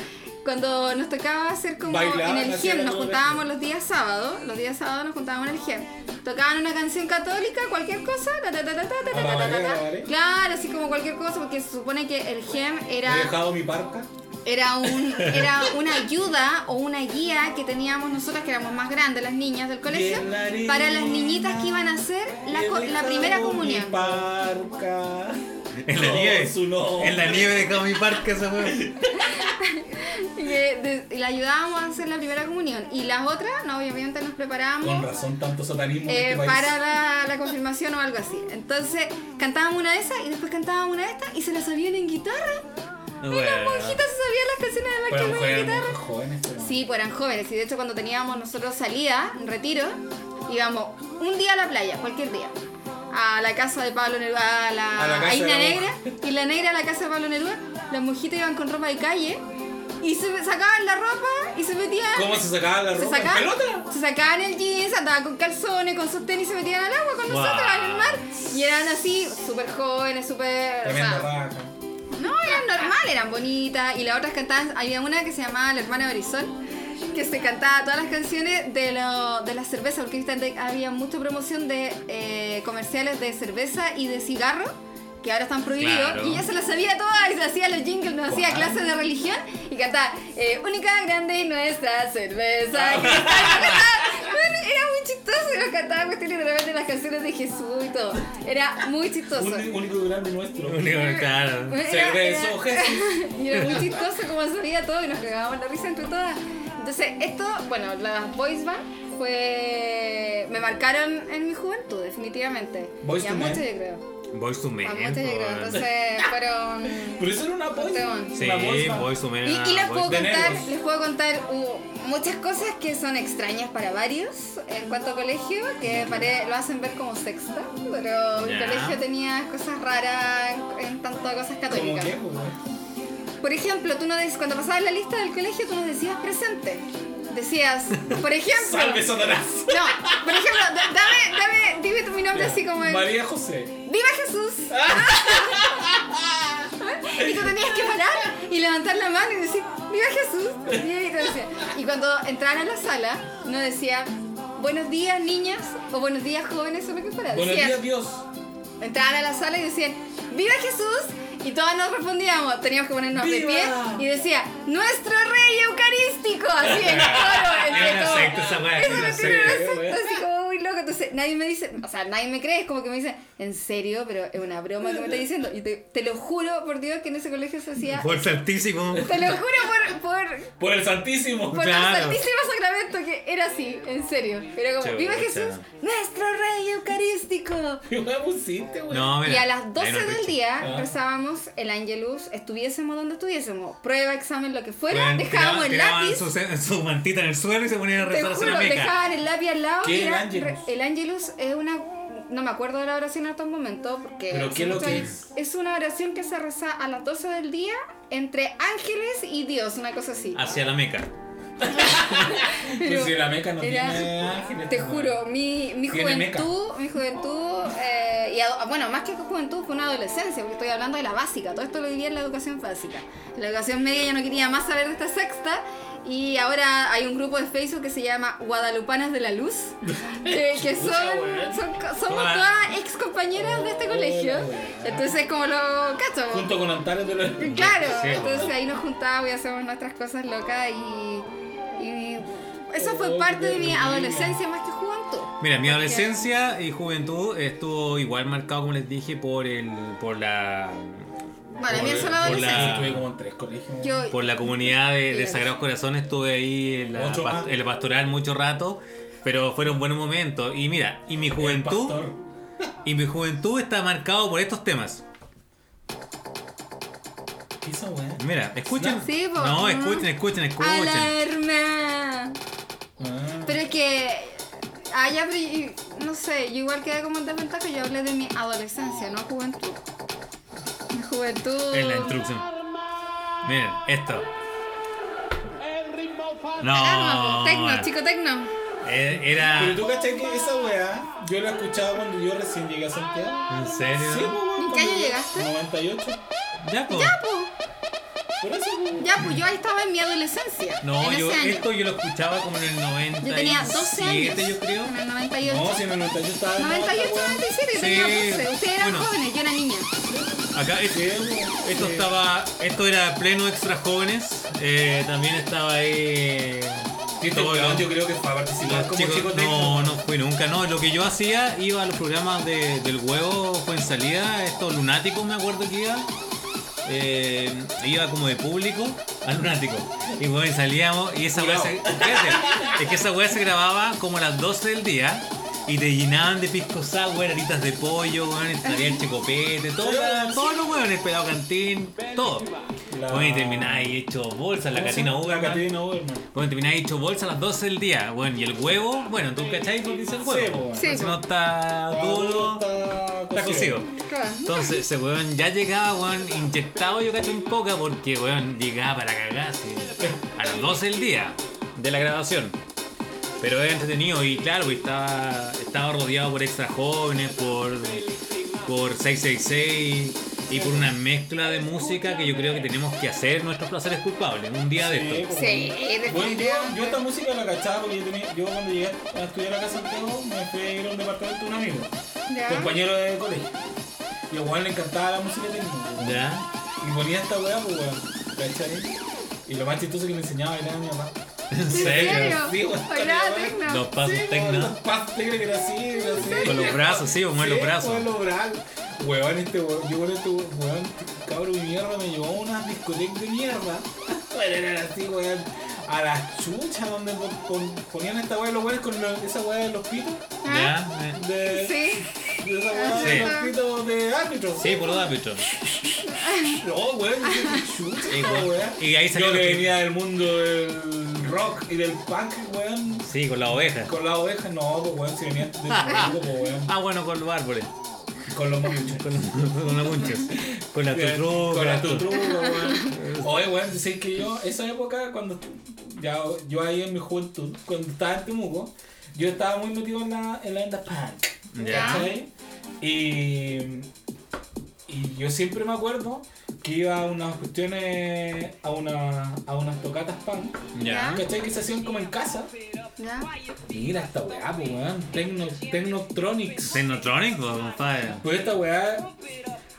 A: cuando nos tocaba hacer como
B: Bailaban,
A: en el
B: hacían
A: GEM, nos
B: todo
A: juntábamos los días sábados, los días sábados nos juntábamos en el GEM. Tocaban una canción católica, cualquier cosa, ta, ta, ta, ta, ta, ta,
B: A
A: ta,
B: la
A: ta,
B: balea,
A: ta.
B: a la balea.
A: Claro, así como cualquier cosa, porque se supone que el GEM era
B: He dejado mi parca.
A: era, un, era una ayuda o una guía que teníamos nosotras, que éramos más grandes, las niñas del colegio,
B: en la arena,
A: para las niñitas que iban a hacer la,
B: He
A: co- la
B: dejado
A: primera
B: mi
A: comunión.
B: Parca.
C: En la
B: No,
C: nieve.
B: su no.
C: En la nieve de Comi Park esa fue.
A: Y, eh, de- y la ayudábamos a hacer la primera comunión. Y las otras, no, obviamente nos
B: Con
A: preparábamos
B: razón, tanto satanismo en
A: eh,
B: este país.
A: para la, la confirmación o algo así. Entonces cantábamos una de esas y después cantábamos una de estas y se la sabían en guitarra.
C: No,
A: Y las
C: bueno.
A: monjitas se sabían las canciones de
B: Pero
A: Backstreet Boys en
B: mujeres
A: guitarra.
B: muy jóvenes. pero-
A: Sí, pues eran jóvenes y de hecho cuando teníamos nosotros salida, un retiro, íbamos un día a la playa, cualquier día. A la casa de Pablo Neruda, a la,
B: A la casa
A: a
B: de
A: Isla
B: la
A: Negra, Isla Negra a la casa de Pablo Neruda, las monjitas iban con ropa de calle y se sacaban la ropa y se metían...
B: ¿Cómo se sacaba la
A: Se
B: ropa? ¿En
A: sacaban,
B: pelota?
A: se sacaban el jeans, andaban con calzones, con sostén y se metían al agua con
C: Wow.
A: nosotros al mar. Y eran así, súper jóvenes, súper... o
B: Tremenda
A: sea,
B: raja.
A: no, eran normal, eran bonitas. Y las otras cantaban, había una que se llamaba La Hermana Horizon, que se cantaba todas las canciones de, lo, de la cerveza, porque viste, antes había mucha promoción de eh, comerciales de cerveza y de cigarro, que ahora están prohibidos.
C: Claro.
A: Y ella se las sabía todas y se hacía los jingles, nos hacía
B: Guau.
A: clases de religión y cantaba, eh, única, grande y nuestra
B: Ah.
A: cerveza. que está en la casa". Bueno, Era muy chistoso, y nos cantaba cuestiones de repente las canciones de Jesús y todo. Era muy chistoso.
B: Un, único grande nuestro.
C: Único, Claro.
A: Era-
B: Cervezo,
A: era-
B: Jesús.
A: Y era muy chistoso como sabía todo y nos cagábamos la risa entre todas. Entonces, esto, bueno, las boys band fue... me marcaron en mi juventud, definitivamente.
B: Boys
A: y a
B: to men.
A: muchos yo creo.
C: Voice to pues, Men.
A: A muchos yo creo.
C: po.
A: Entonces, fueron...
B: Pero eso era una voz.
A: Esteban.
C: Sí,
B: una voz, va.
C: Voice to Men. pues.
A: Y, y les
C: era
A: puedo
C: voice-
B: de
A: contar,
B: negros.
A: les puedo contar uh, muchas cosas que son extrañas para varios en cuanto a colegio, que pare- lo hacen ver como sexta, pero mi
C: Ya.
A: colegio tenía cosas raras en, en tanto a cosas
B: Como
A: católicas.
B: que, pues, güey.
A: Por ejemplo, tú no decías, cuando pasabas la lista del colegio, tú no decías presente. Decías, por ejemplo.
B: Salve Satanás.
A: No, por ejemplo, da- dame, dame, dime tu mi nombre así como en.
B: María José.
A: ¡Viva Jesús! y tú tenías que parar y levantar la mano y decir, ¡Viva Jesús! Y, te decía- y cuando entraban a la sala, no decía, buenos días niñas o buenos días jóvenes o lo que fuera.
B: Buenos
A: Decías,
B: días, Dios.
A: Entraban a la sala y decían, ¡Viva Jesús! Y todas nos respondíamos, teníamos que ponernos de
B: ¡Viva!
A: pie y decía, ¡Nuestro Rey Eucarístico! Así en coro, entre
C: Era una
A: todos.
C: secta esa weá,
A: Eso
C: era una
A: me tiene
C: secta.
A: una secta, así como muy loco. Entonces nadie me dice, o sea, nadie me cree, es como que me dicen, ¿en serio? Pero es una broma que me está diciendo. Y te, te lo juro por Dios que en ese colegio se hacía.
C: Por Santísimo.
A: Te lo juro por, por,
B: Por el Santísimo.
A: por
C: Claro.
A: el Santísimo Sacramento que era así, en serio. Era como,
C: Chuta.
A: ¡Viva Jesús! ¡Nuestro Rey Eucarístico!
B: ¿Qué hueá pusiste, güey?
C: No, mira.
A: Y a las 12
C: ahí no
A: del
C: te-
A: día
B: Ah.
A: rezábamos el Angelus, estuviésemos donde estuviésemos, prueba, examen, lo que fuera,
C: Bueno,
A: dejábamos el
C: tiraban- tiraban
A: lápiz,
C: Su, ce- su mantita en el suelo y se ponían a
A: te
C: rezar a hacer
A: juro,
C: la meca.
A: dejaban el lápiz al lado.
B: ¿Qué
A: y
B: es el
A: era-
B: Ángelus?
A: re- el Angelus es una... No me acuerdo de la oración en estos momentos porque...
B: ¿Pero
A: hace
B: qué es lo
A: muchos
B: que
A: años.
B: es?
A: Es una oración que se reza a las 12 del día entre ángeles y Dios, una cosa así.
C: Hacia la meca.
A: Pero
B: pues si la meca no
A: era-
B: tiene ángeles,
A: Te
B: pues,
A: juro, mi, mi
B: Tiene meca.
A: juventud, mi juventud, eh, y ado- bueno, más que juventud fue una adolescencia, porque estoy hablando de la básica, todo esto lo vivía en la educación básica. En la educación media ya no quería más saber de esta sexta, y ahora hay un grupo de Facebook que se llama Guadalupanas de la Luz, que, que son, son- somos
C: Todas-
A: todas ex compañeras de este colegio, entonces como lo cacho.
B: Oh, Junto con Antares de los.
A: Claro,
C: Sí.
A: entonces ahí nos juntábamos y hacíamos nuestras cosas locas y, y eso fue
B: Oh,
A: parte
B: qué
A: de mi
B: rico.
A: adolescencia más que juventud.
C: Mira, mi adolescencia y juventud estuvo igual marcado, como les dije, por el, por la,
A: Bueno, a mí eso
C: Por-
A: la
C: por la-
A: adolescencia.
B: Estuve como en tres colegios.
A: Yo,
C: por la comunidad de, de Sagrados Corazones. Estuve ahí en, la
B: Mucho
C: pas-
B: más.
C: en el pastoral mucho rato, pero fueron buenos momentos. Y mira, y mi
B: El
C: juventud,
B: pastor.
C: y mi juventud está marcado por estos temas.
B: ¿Qué es esa weá?
C: Mira, escuchen,
B: Snap.
A: Sí, po.
C: no,
A: Ah.
C: escuchen, escuchen, escuchen.
A: ¡Alarma!
B: Ah.
A: Pero es que. Ah, ya, pero yo- no sé, yo igual quedé como en desventaja. Yo hablé de mi adolescencia, no juventud. Mi juventud.
C: En la instrucción. Miren, esto.
A: Alarma,
C: No, Ah.
A: po, Ah, pues, tecno,
C: bueno,
A: chico tecno.
C: eh, era.
B: Pero tú cachai que esa weá yo la escuchaba cuando yo recién llegué a Santiago.
C: ¿En serio?
B: Sí, po, weón,
A: ¿En qué
B: cuando
A: año
B: yo-
A: llegaste?
B: 98.
C: Ya, pues. po.
A: Pu,
B: Por eso, weón.
A: pues, Ya, pues yo ahí estaba en mi adolescencia.
C: No,
A: en
C: yo
A: ese año.
C: esto yo lo escuchaba como en el 97,
A: Yo tenía 12 años.
C: yo creo.
A: En el 98.
B: No, si en el 98 estaba. en
A: 98,
B: otra, weón.
A: 97, yo
C: Sí.
A: tenía 12. Ustedes eran
C: Bueno.
A: jóvenes, yo era niña.
C: Acá es-
B: Sí, weón.
C: esto
B: Sí.
C: estaba esto era pleno extra jóvenes. Eh, también estaba ahí
B: Tito
C: todo
B: Brown,
C: lo-
B: yo creo que fue a participar
C: los
B: como
C: chicos-
B: chico
C: Ah, no,
B: técnico.
C: no fui nunca, no. Lo que yo hacía, iba a los programas de- del huevo, fue en salida, estos lunáticos me acuerdo que iba. Eh, iba como de público al lunático. Y bueno, salíamos y esa weá se, espérate, es que esa weá se grababa como a las 12 del día y te llenaban de pisco sour, aritas de pollo, weón, estaría el chicopete, todo, todos los weones, pelado cantín, todo.
B: La-
C: Bueno, y termináis hecho bolsa, la catina uva.
B: La Catina Uber, man.
C: Bueno, termináis hecho bolsa a las 12 del día. Bueno, y el huevo, bueno, tú cacháis lo que dice el
B: Sí,
C: huevo.
B: bueno.
A: Sí.
C: Si no está duro, está cocido.
A: Claro.
C: Entonces, ese weón ya llegaba, weón, inyectado yo cacho en poca, porque weón llegaba para cagarse a las 12 del día de la grabación. Pero era entretenido y claro, y estaba, estaba rodeado por extra jóvenes, por, por 666 y por una mezcla de música que yo creo que tenemos que hacer nuestros placeres culpables en un día de estos.
B: pues,
A: Sí,
B: bueno. Bueno, yo,
A: definitivamente.
B: yo esta música la cachaba porque yo, tenía, yo cuando llegué a estudiar acá a Santiago me fui a ir a un departamento de un amigo,
A: Ya.
B: compañero de colegio. Y a Juan le encantaba la música técnica. weón.
C: ¿Ya?
B: Y ponía esta weá, pues weón. ¿Cachai? Y lo más chistoso que me enseñaba a bailar a mi papá.
C: ¿En
A: ¿En
C: serio?
A: serio?
B: Sí, bueno,
A: Bailaba
B: bueno.
A: tecno.
C: Los pasos
B: Sí,
C: tecno.
B: con Los pasos tecno que era así, era así.
C: Con los brazos, sí, mover los brazos.
B: Con los brazos. Weón, este weón, yo con este weón, cabro de mierda, me llevó a unas discotecas de mierda. Bueno, era así, weón. A las chuchas donde pon- pon- ponían esta weá, los weones con lo- esa weá de los pitos.
C: ¿Ya?
B: ¿Ah?
C: Eh,
B: De,
A: Sí.
B: de esa weá
C: Sí.
B: de los pitos de árbitro.
C: Sí, por los árbitros.
B: No, weón, yo dije, chucha,
C: Y,
B: esta
C: weón,
B: weá.
C: y ahí salió
B: Yo
C: lo
B: que
C: que-
B: venía del mundo del rock y del punk, weón.
C: Sí, con las ovejas.
B: Con las ovejas, no, pues weón, si venía del mundo, pues weón.
C: Ah, bueno, con los árboles.
B: Con los mamuchos.
C: Con, con los bunches. Con la
B: Bien,
C: tutru,
B: Con
C: con
B: la
C: la tutru.
B: tutruca, weón. Oye, weón, decís que yo, esa época, cuando ya, yo ahí en mi juventud, cuando estaba en Temuco, yo estaba muy metido en la, en la onda punk.
C: Ya.
B: ¿cachai? Y, y yo siempre me acuerdo que iba a unas cuestiones, a, una, a unas tocatas punk,
C: Ya.
B: ¿cachai? Que se hacían como en casa.
A: Ya.
B: Mira esta weá, pues, weón. Tecno, Tecnotronics.
C: Tecnotronic, po, compadre.
B: Pues esta weá.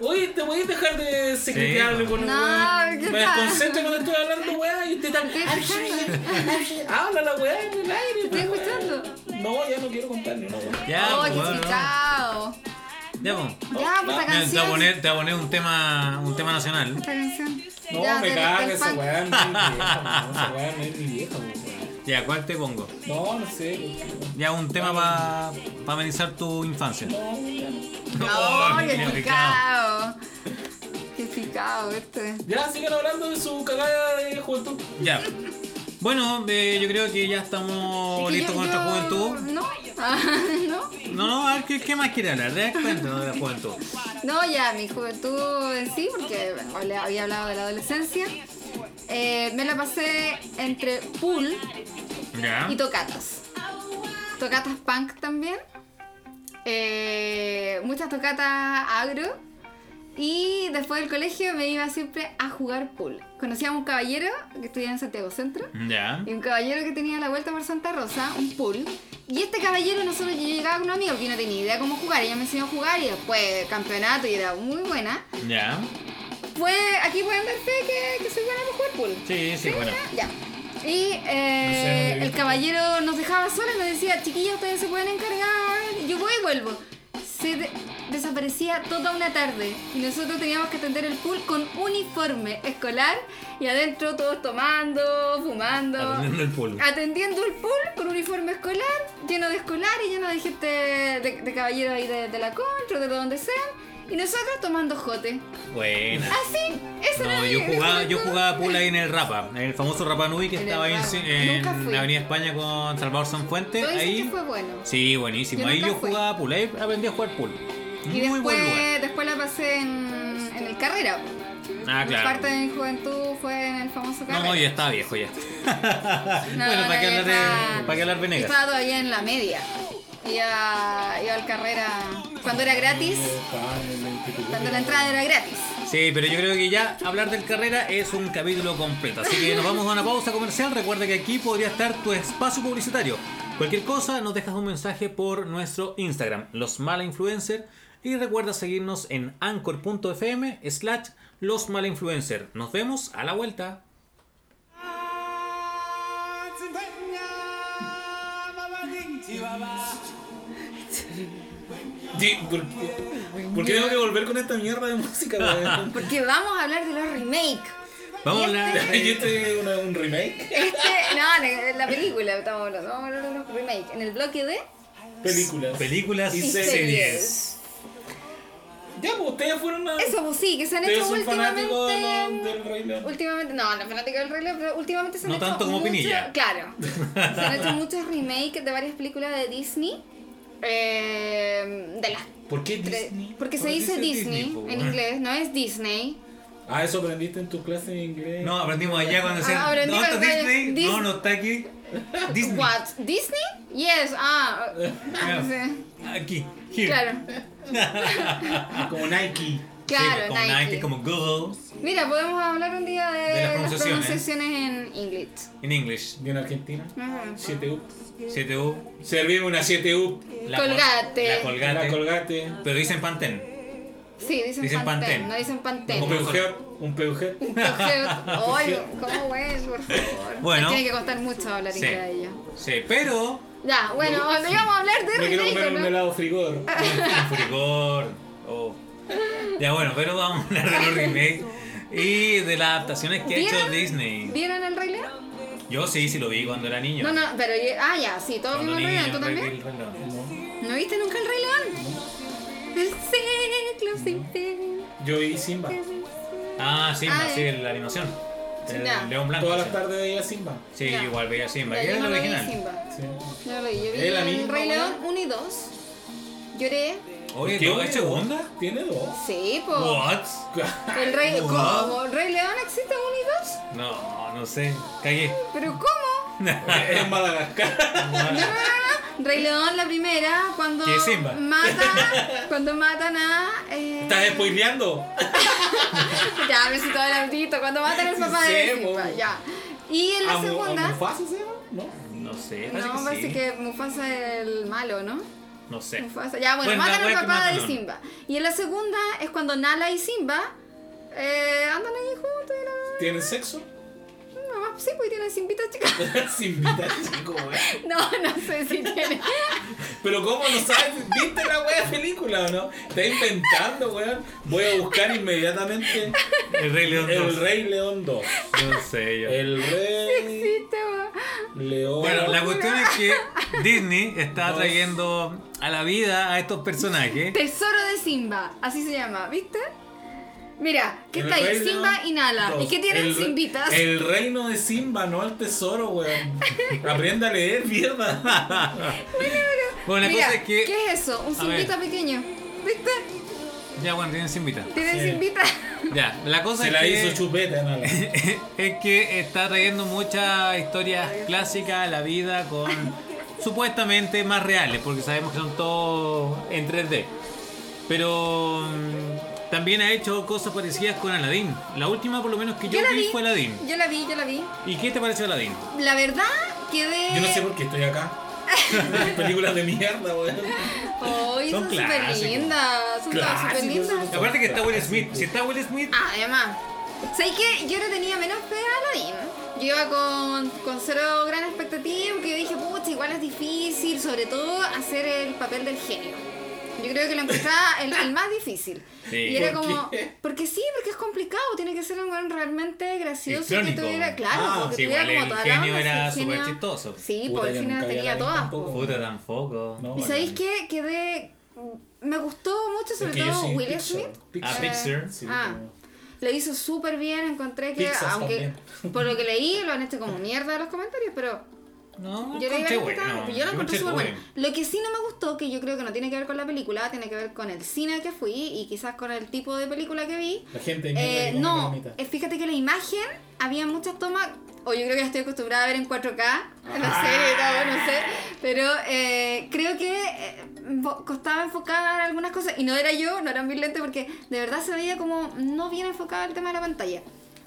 B: Oye, te voy a dejar de secretearle
C: Sí,
B: con un
A: No,
B: weón.
A: ¿qué
B: Me
A: tal?
B: desconcentro cuando estoy hablando, weá, y usted tan.
A: ¿Qué
B: Habla la weá en el aire.
A: ¿Estoy
B: pues,
A: escuchando?
B: weón. No, ya no quiero contar ni una weá.
C: Ya,
A: oh,
C: po,
A: qué
C: bueno, no.
A: picao.
C: Ya, po.
A: Ya, pues esta
C: Mira, Te voy, a
A: canción.
C: poner, te voy a poner un tema, un tema nacional.
A: Esta canción.
B: No,
A: Ya,
B: me
A: del-
B: caga
A: del
B: esa
A: punk.
B: weá, no es mi vieja, weón. Esa weá no es mi vieja, weón.
C: Ya, ¿cuál te pongo?
B: No, no sé. weón.
C: Ya, un tema para amenizar tu infancia.
B: No, ya no.
A: Oh,
C: qué
A: qué picao. Qué picao este.
B: Ya, sigan hablando de su cagada de juventud.
C: Ya. Bueno, eh, yo creo que ya estamos
A: Es que yo-
C: listos con nuestra
A: yo-
C: juventud.
A: No, Ah, no.
C: No, no, a ver, ¿qué, qué más quiere hablar? De cuento de la juventud.
A: No, ya, mi juventud en sí, porque habla- había hablado de la adolescencia. eh, me la pasé entre pool
C: Ya.
A: y tocatas. Tocatas punk también. Eh, muchas tocatas agro. Y después del colegio me iba siempre a jugar pool. Conocía a un caballero que estudiaba en Santiago Centro.
C: Ya.
A: Y un caballero que tenía la vuelta por Santa Rosa, un pool. Y este caballero, nosotros yo llegaba con un amigo que no tenía idea cómo jugar. Ella me enseñó a jugar y después campeonato y era muy buena.
C: Ya.
A: Pues aquí pueden ver fe que, que soy buena para jugar pool.
C: Sí, sí, bueno.
A: Ya. Y eh,
B: No sé,
A: el caballero nos dejaba sola y nos decía, chiquillos, ustedes se pueden encargar, yo voy y vuelvo. Se de- desaparecía toda una tarde y nosotros teníamos que atender el pool con uniforme escolar y adentro todos tomando, fumando,
C: Atendiendo el pool.
A: atendiendo el pool con uniforme escolar, lleno de escolar y lleno de gente, de, de caballeros ahí de, de la contra, de donde sean, y nosotros tomando jote.
C: Buena.
A: Así, eso era
C: No,
A: mi-
C: yo
A: eso
C: jugaba,
A: era
C: yo
A: todo.
C: jugaba pool ahí en el Rapa, en el famoso Rapa Nui que
A: En el
C: estaba ahí en,
A: Rapa.
C: Ci-
A: Nunca
C: en
A: fui.
C: la Avenida España con Salvador Sanfuente.
A: Todo dicen que
C: Ahí.
A: fue bueno.
C: Sí, buenísimo.
A: Yo
C: ahí
A: nunca
C: yo
A: fui.
C: jugaba pool, ahí aprendí a jugar pool.
A: Y
C: Muy buen lugar.
A: después, después la pasé en, en el carrera.
C: Ah, claro.
A: Parte de mi juventud fue en el famoso carrera.
C: No, ya está viejo ya. bueno,
A: no,
C: para qué
A: yo
C: hablar de.
A: estaba-
C: Para qué hablar de
A: yo
C: negras.
A: Estaba todavía en la media. Iba, iba al carrera cuando era gratis, cuando la entrada era gratis.
C: Sí, pero yo creo que ya hablar del carrera es un capítulo completo. Así que nos vamos a una pausa comercial. Recuerda que aquí podría estar tu espacio publicitario. Cualquier cosa, nos dejas un mensaje por nuestro Instagram, los mala influencer. Y recuerda seguirnos en anchor.fm slash los mala influencer. Nos vemos a la vuelta.
B: Sí, ¿por, por qué tengo que volver con esta mierda de música, weón?
A: Porque vamos a hablar de los remakes.
C: Vamos a
A: ¿Y
C: hablar
B: ¿Y
C: de...
B: este es una- un remake?
A: Este, no, de- de la película estamos hablando. Vamos a hablar de los remakes. En el bloque de.
B: Películas.
C: películas
B: Y
C: y
B: series.
C: series.
B: Ya, pues ustedes fueron a.
A: Eso, pues sí, que se han
B: Ustedes
A: hecho
B: son fanáticos de
A: últimamente.
B: los- del Rey León.
A: Últimamente, no, la fanática del Rey León, pero últimamente se han
C: No
A: hecho
C: tanto como
A: muchos-
C: Pinilla.
A: Claro. Se han hecho muchos remakes de varias películas de Disney. eh, de las
B: ¿Por qué
A: tres-
B: Disney?
A: Porque se
C: ¿Por qué
A: dice
C: dice
A: Disney,
C: Disney, pues, po,
A: en
C: weón?
A: inglés, no es Disney.
B: Ah, eso aprendiste en tu clase de inglés.
C: No, aprendimos allá cuando decían...
A: Ah, aprendí
C: ¿No está
A: cuando-
C: Disney?
A: Dis-
C: No, no está aquí. Disney.
A: What? ¿Disney? Yes, ah. ah, no sé.
C: Aquí. Here.
A: Claro,
B: Como Nike.
A: claro,
C: Sí, como Nike.
A: Nike.
C: como Google,
A: Mira, podemos hablar un día de,
C: las
A: las
C: pronunciaciones. ¿eh?
A: pronunciaciones en inglés.
C: en English.
B: Y en Argentina. 7 up.
C: 7U.
B: Servimos una 7 up.
C: la col-
A: Colgate.
C: La colgate.
B: Una colgate.
A: Ah,
C: pero dicen Pantene.
A: Sí, dicen, Pantene,
C: Dicen Pantene.
A: no dicen Pantene.
B: Un peugeot. Un peugeot.
A: Entonces, Ay, ¿cómo ves? Por favor.
C: Bueno.
A: Me tiene que costar mucho hablar
C: Sí.
A: inglés a ella.
C: Sí, pero.
A: Ya, bueno, no íbamos a hablar de
B: Me quiero comer
A: remake,
B: un
A: ¿no? Ah.
B: helado frigor.
C: Furigor. o- Ya bueno, pero vamos a hablar de los remakes y de las adaptaciones que ha hecho
A: ¿Vieron?
C: Disney.
A: ¿Vieron el Rey León?
C: Yo sí, sí lo vi cuando era niño.
A: No, no, pero yo- ah, ya, sí, todos
C: Cuando
A: vimos el Rey León, ¿tú
C: niño,
A: también?
C: Rey León.
A: ¿No viste nunca el Rey León? El ciclo sin fin.
B: Yo vi Simba.
C: Ah, Simba,
A: Ah,
C: sí,
A: eh.
C: la animación. El
A: Ya.
C: León Blanco.
B: Todas las
C: sí.
B: tardes veía Simba.
C: Sí,
A: Ya.
C: igual veía Simba.
A: Ya,
C: que
A: yo
C: era
A: no
C: el
A: lo vi en
C: original.
A: Simba.
B: Sí.
A: Yo no lo vi, yo vi
B: ¿Es la
A: el
B: misma,
A: Rey
B: weón?
A: León 1 y 2. Lloré.
C: Oye,
B: ¿Qué
C: ¿no
B: hubo?
C: ¿es segunda?
B: Tiene dos.
A: Sí, po.
C: What?
A: El Rey,
C: What?
A: ¿cómo? ¿El Rey León existe 1 y 2?
C: No, no sé. Cagué.
A: ¿Pero cómo?
B: en Madagascar.
A: Rey León, la primera, cuando
C: Que Simba.
A: mata, cuando matan a. eh,
B: ¿Estás spoileando?
A: ya, me citó el autito, cuando matan al papá de
B: Sí,
A: Simba,
B: bo.
A: ya. Y en la
B: ¿A Mu- a
A: segunda.
B: Mufasa se llama? No.
C: No sé. parece
A: No,
C: que sí.
A: parece que Mufasa es el malo, ¿no?
C: No sé.
A: Mufasa. Ya, bueno,
C: Bueno, la
A: matan
C: wea
A: al
C: que
A: papá de
C: mataron.
A: Simba. Y en la segunda es cuando Nala y Simba eh, andan ahí juntos y la.
B: ¿Tienen sexo?
A: Mamá, sí, pues tienen Simbita, chicas.
B: Simbita, chico, güey.
A: No, no sé si tienen.
B: Pero ¿cómo no sabes? ¿Viste la wea película o no? Estás inventando, weón. Voy a buscar inmediatamente
C: El Rey León.
B: El
C: dos.
B: Rey León 2.
C: No sé yo.
B: El Rey
A: Sí, te va.
B: León.
C: Bueno, la cuestión es que Disney está
B: Dos.
C: trayendo a la vida a estos personajes.
A: Tesoro de Simba, así se llama, ¿viste? Mira, ¿qué
B: El
A: está ahí?
B: Rey
A: Simba
B: León
A: y Nala. ¿Y
B: dos.
A: qué tienen
B: El-
A: Simbitas?
B: El reino de Simba, no el tesoro, weón. Aprenda a leer, mierda.
C: Bueno, la
A: Mira,
C: cosa es que.
A: ¿qué es eso? Un
C: A ver.
A: Simbita pequeño. ¿Viste?
C: Ya, bueno, tienen se invita.
A: Tienes
B: Sí.
A: invita.
C: Ya, la cosa
B: Se
C: es
B: la
C: que...
B: hizo chupeta, no la-
C: es que está trayendo muchas historias clásicas a la vida con supuestamente más reales, porque sabemos que son todos en 3D. Pero mm, también ha hecho cosas parecidas con Aladdin. La última por lo menos que yo,
A: Yo la
C: vi,
A: vi.
C: fue Aladdin.
A: Yo la vi, yo la vi.
C: ¿Y qué te pareció Aladdin?
A: La verdad, quedé.
B: Yo no sé por qué estoy acá. Películas de mierda, weón.
A: Ay,
C: Son
A: son súper
C: clásicos.
A: lindas. Son todas
B: Clásicos,
A: súper lindas.
B: son-
C: Aparte que está Will Smith. Si está Will Smith,
A: Ah, además. ¿Sabéis que yo le tenía menos fe a Aladdin? Yo iba con, con cero gran expectativa, porque yo dije, pucha, igual es difícil, sobre todo hacer el papel del genio. Yo creo que lo encontraba el, el más difícil.
C: Sí.
A: y era
B: ¿Por
A: como,
B: qué?
A: porque sí, porque es complicado, tiene que ser un weón realmente gracioso que
C: Histriónico.
A: tuviera, claro,
B: Ah,
A: porque
C: sí,
A: tuviera
C: igual
A: como
C: el
A: toda
C: genio
A: la
C: era
A: así,
C: súper
A: genio.
C: chistoso.
A: Sí
B: Puta,
A: por
B: yo
A: fin
B: nunca
A: las
B: vi
A: tenía
B: Aladdin
A: todas.
B: tampoco.
A: po.
C: puta tampoco.
B: No,
A: ¿Y
B: bueno.
A: sabéis qué? Quedé, me gustó mucho, sobre
B: Es que yo
A: todo
B: soy
A: Will
B: Pixar, Ah,
A: Smith.
C: A
B: Pixar.
C: Pixar.
B: Sí,
A: Ah,
B: como-
A: lo hizo súper bien, encontré que,
B: Pixar
A: aunque por lo que leí, lo han hecho como mierda los comentarios, pero
C: No,
A: yo, le
C: encontré
A: iba a respetar,
C: bueno,
A: yo lo encontré
C: encontré
A: súper Mm, bueno.
C: bueno.
A: Lo que sí no me gustó, que yo creo que no tiene que ver con la película, tiene que ver con el cine que fui y quizás con el tipo de película que vi.
B: La gente de mierda
A: Eh,
B: que come
A: no,
B: palomitas.
A: eh, fíjate que la imagen, había muchas tomas, o yo creo que ya estoy acostumbrada a ver en 4K, en la serie y
C: Ah.
A: todo, no sé, pero eh, creo que eh, bo- costaba enfocar algunas cosas, y no era yo, no eran mis lentes, porque de verdad se veía como no bien enfocado el tema de la pantalla.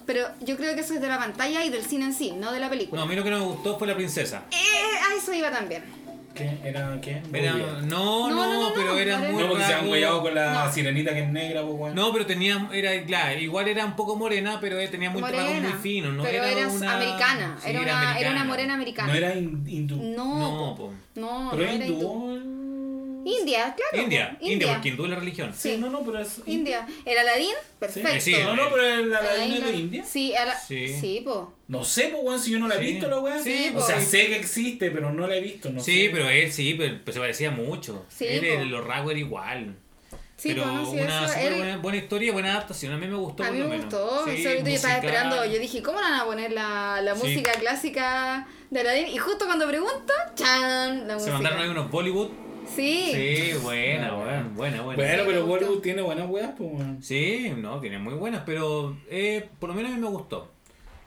A: Pero yo creo que eso es de la pantalla y del cine en sí, no de la película.
C: No, a mí lo que no me gustó fue la princesa.
A: Eh, a eso iba también.
B: ¿Qué? ¿Era qué?
C: Era-
B: Rubia.
C: no, no,
A: No, no, no,
C: pero
A: no,
C: era
A: no,
C: muy
B: No, porque se han
C: raro.
B: guayado con la
A: No.
B: sirenita que es negra, pues, weón.
C: No, pero tenía, era, claro, igual era un poco morena, pero eh, tenía muy rasgos muy
A: Morena.
C: finos, ¿no?
A: pero
C: era
A: era
C: una...
A: americana,
C: sí,
A: era, una, era una morena americana.
B: No era hin- hindú.
A: No,
C: No,
A: po.
C: po.
A: no, no
B: Pero
A: era
B: era
A: hindú.
B: hindú.
A: India, claro.
C: India,
A: po,
C: India, porque hindú es la religión.
B: Sí, no, no, pero es.
A: India. ¿El Aladín? Perfecto.
C: Sí,
B: No, no, pero
A: Aladín
B: el Aladín es de
A: no-
B: India.
A: Sí, ala-
C: Sí.
A: sí. po.
B: No sé, pues, weón, si yo no la he
C: Sí.
B: visto, la weón.
A: Sí, pues.
B: o
A: po.
B: sea, sé que existe, pero no la he visto, no
C: sí,
B: sé.
C: pero él sí, pero, pues, se parecía mucho.
A: Sí,
C: él,
A: po.
C: eh, los rasgos era igual.
A: Sí,
C: pero
A: po, no, sí,
C: una
A: eso,
C: súper
A: él-
C: buena, buena historia, buena adaptación. A mí me gustó
A: A mí
C: por lo
A: me
C: menos.
A: gustó.
C: Sí,
A: Sobre todo yo estaba
C: musical.
A: esperando. Yo dije, ¿cómo le van a poner la, la
C: Sí.
A: música clásica de Aladín? Y justo cuando pregunto, ¡chan! La
C: Se
A: música.
C: mandaron ahí unos Bollywood.
A: Sí.
C: Sí, buena, buena, buena, buena.
B: Bueno,
A: Sí, me gustó.
B: pero Bollywood tiene buenas weas, pues, weón.
C: Sí, no, tiene muy buenas, pero eh, por lo menos a mí me gustó.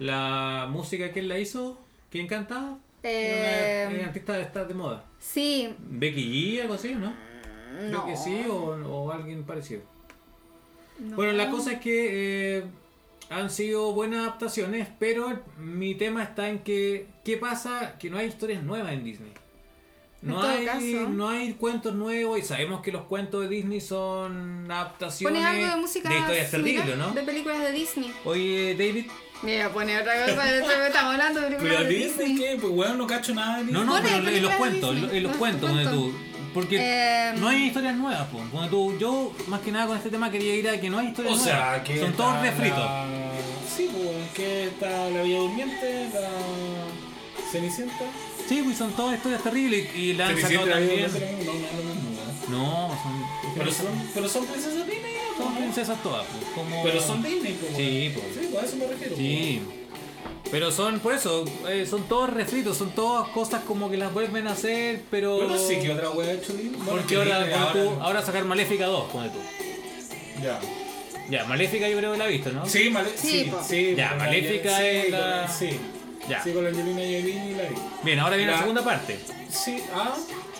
C: La música que él la hizo, ¿quién cantaba? Era una,
A: Eh,
C: era artista de estas de moda.
A: Sí.
C: Becky G, algo así, ¿no? Creo
A: No.
C: que sí, o, o alguien parecido.
A: No.
C: Bueno, la cosa es que eh, han sido buenas adaptaciones, pero mi tema está en que, ¿qué pasa? Que no hay historias nuevas en Disney. No
A: En todo
C: hay,
A: caso.
C: no hay cuentos nuevos y sabemos que los cuentos de Disney son adaptaciones
A: Pones algo de música
C: historias
A: similar,
C: terribles, ¿no?
A: De películas de Disney.
C: Oye, David,
A: Mira, pone otra cosa de otra vez estamos hablando de películas
B: Pero
A: de Disney.
B: Disney, ¿qué? Pues, weón, no cacho nada de
C: No,
B: Disney.
C: no,
A: Bueno,
C: pero
A: pero
C: en los
A: claro,
C: cuentos,
A: Disney,
C: en los
A: los
C: cuentos, donde tú.
A: cuentos.
C: Porque
A: Eh,
C: no hay historias nuevas, pues. Cuando tú, yo, más que nada con este tema, quería ir a que no hay
B: O
C: historias
B: sea,
C: nuevas.
B: que.
C: Son todos
B: está
C: refritos.
B: la- Sí, pues, weón, que está la Villa Durmiente, la. Cenicienta.
C: Sí, pues son todas historias terribles. Y la han sacado
B: Cenicienta, la Bella
C: también.
B: Durmiente, no, no, no, no, no, weón.
C: No, son.
B: Pero son, pero son princesas Disney, po,
C: son
B: weón.
C: princesas todas, pues. Como...
B: Pero son Disney, po,
C: pues. Sí,
B: weón.
C: po.
B: Sí, po, a eso me refiero.
C: Sí. Pero son, por eso, eh, son todos refritos, son todas cosas como que las vuelven a hacer, pero.
B: po. Yo no sé pues. qué otra wea ha hecho Disney. Bueno,
C: Porque
B: que
C: ahora,
B: Disney
C: ponte tú, ahora sacar Maléfica 2, pone tú.
B: Ya.
C: Ya, Maléfica yo creo que la he visto, ¿no?
B: Sí, Male-
A: Sí,
B: sí,
A: po.
B: sí,
C: Ya,
B: po,
C: Maléfica
B: sí,
C: es
B: con
C: la-
B: Sí.
C: Ya.
B: Sí, con la Angelina Jolie y la vi.
C: Bien, ahora viene la
B: La-
C: segunda parte.
B: Sí, ah,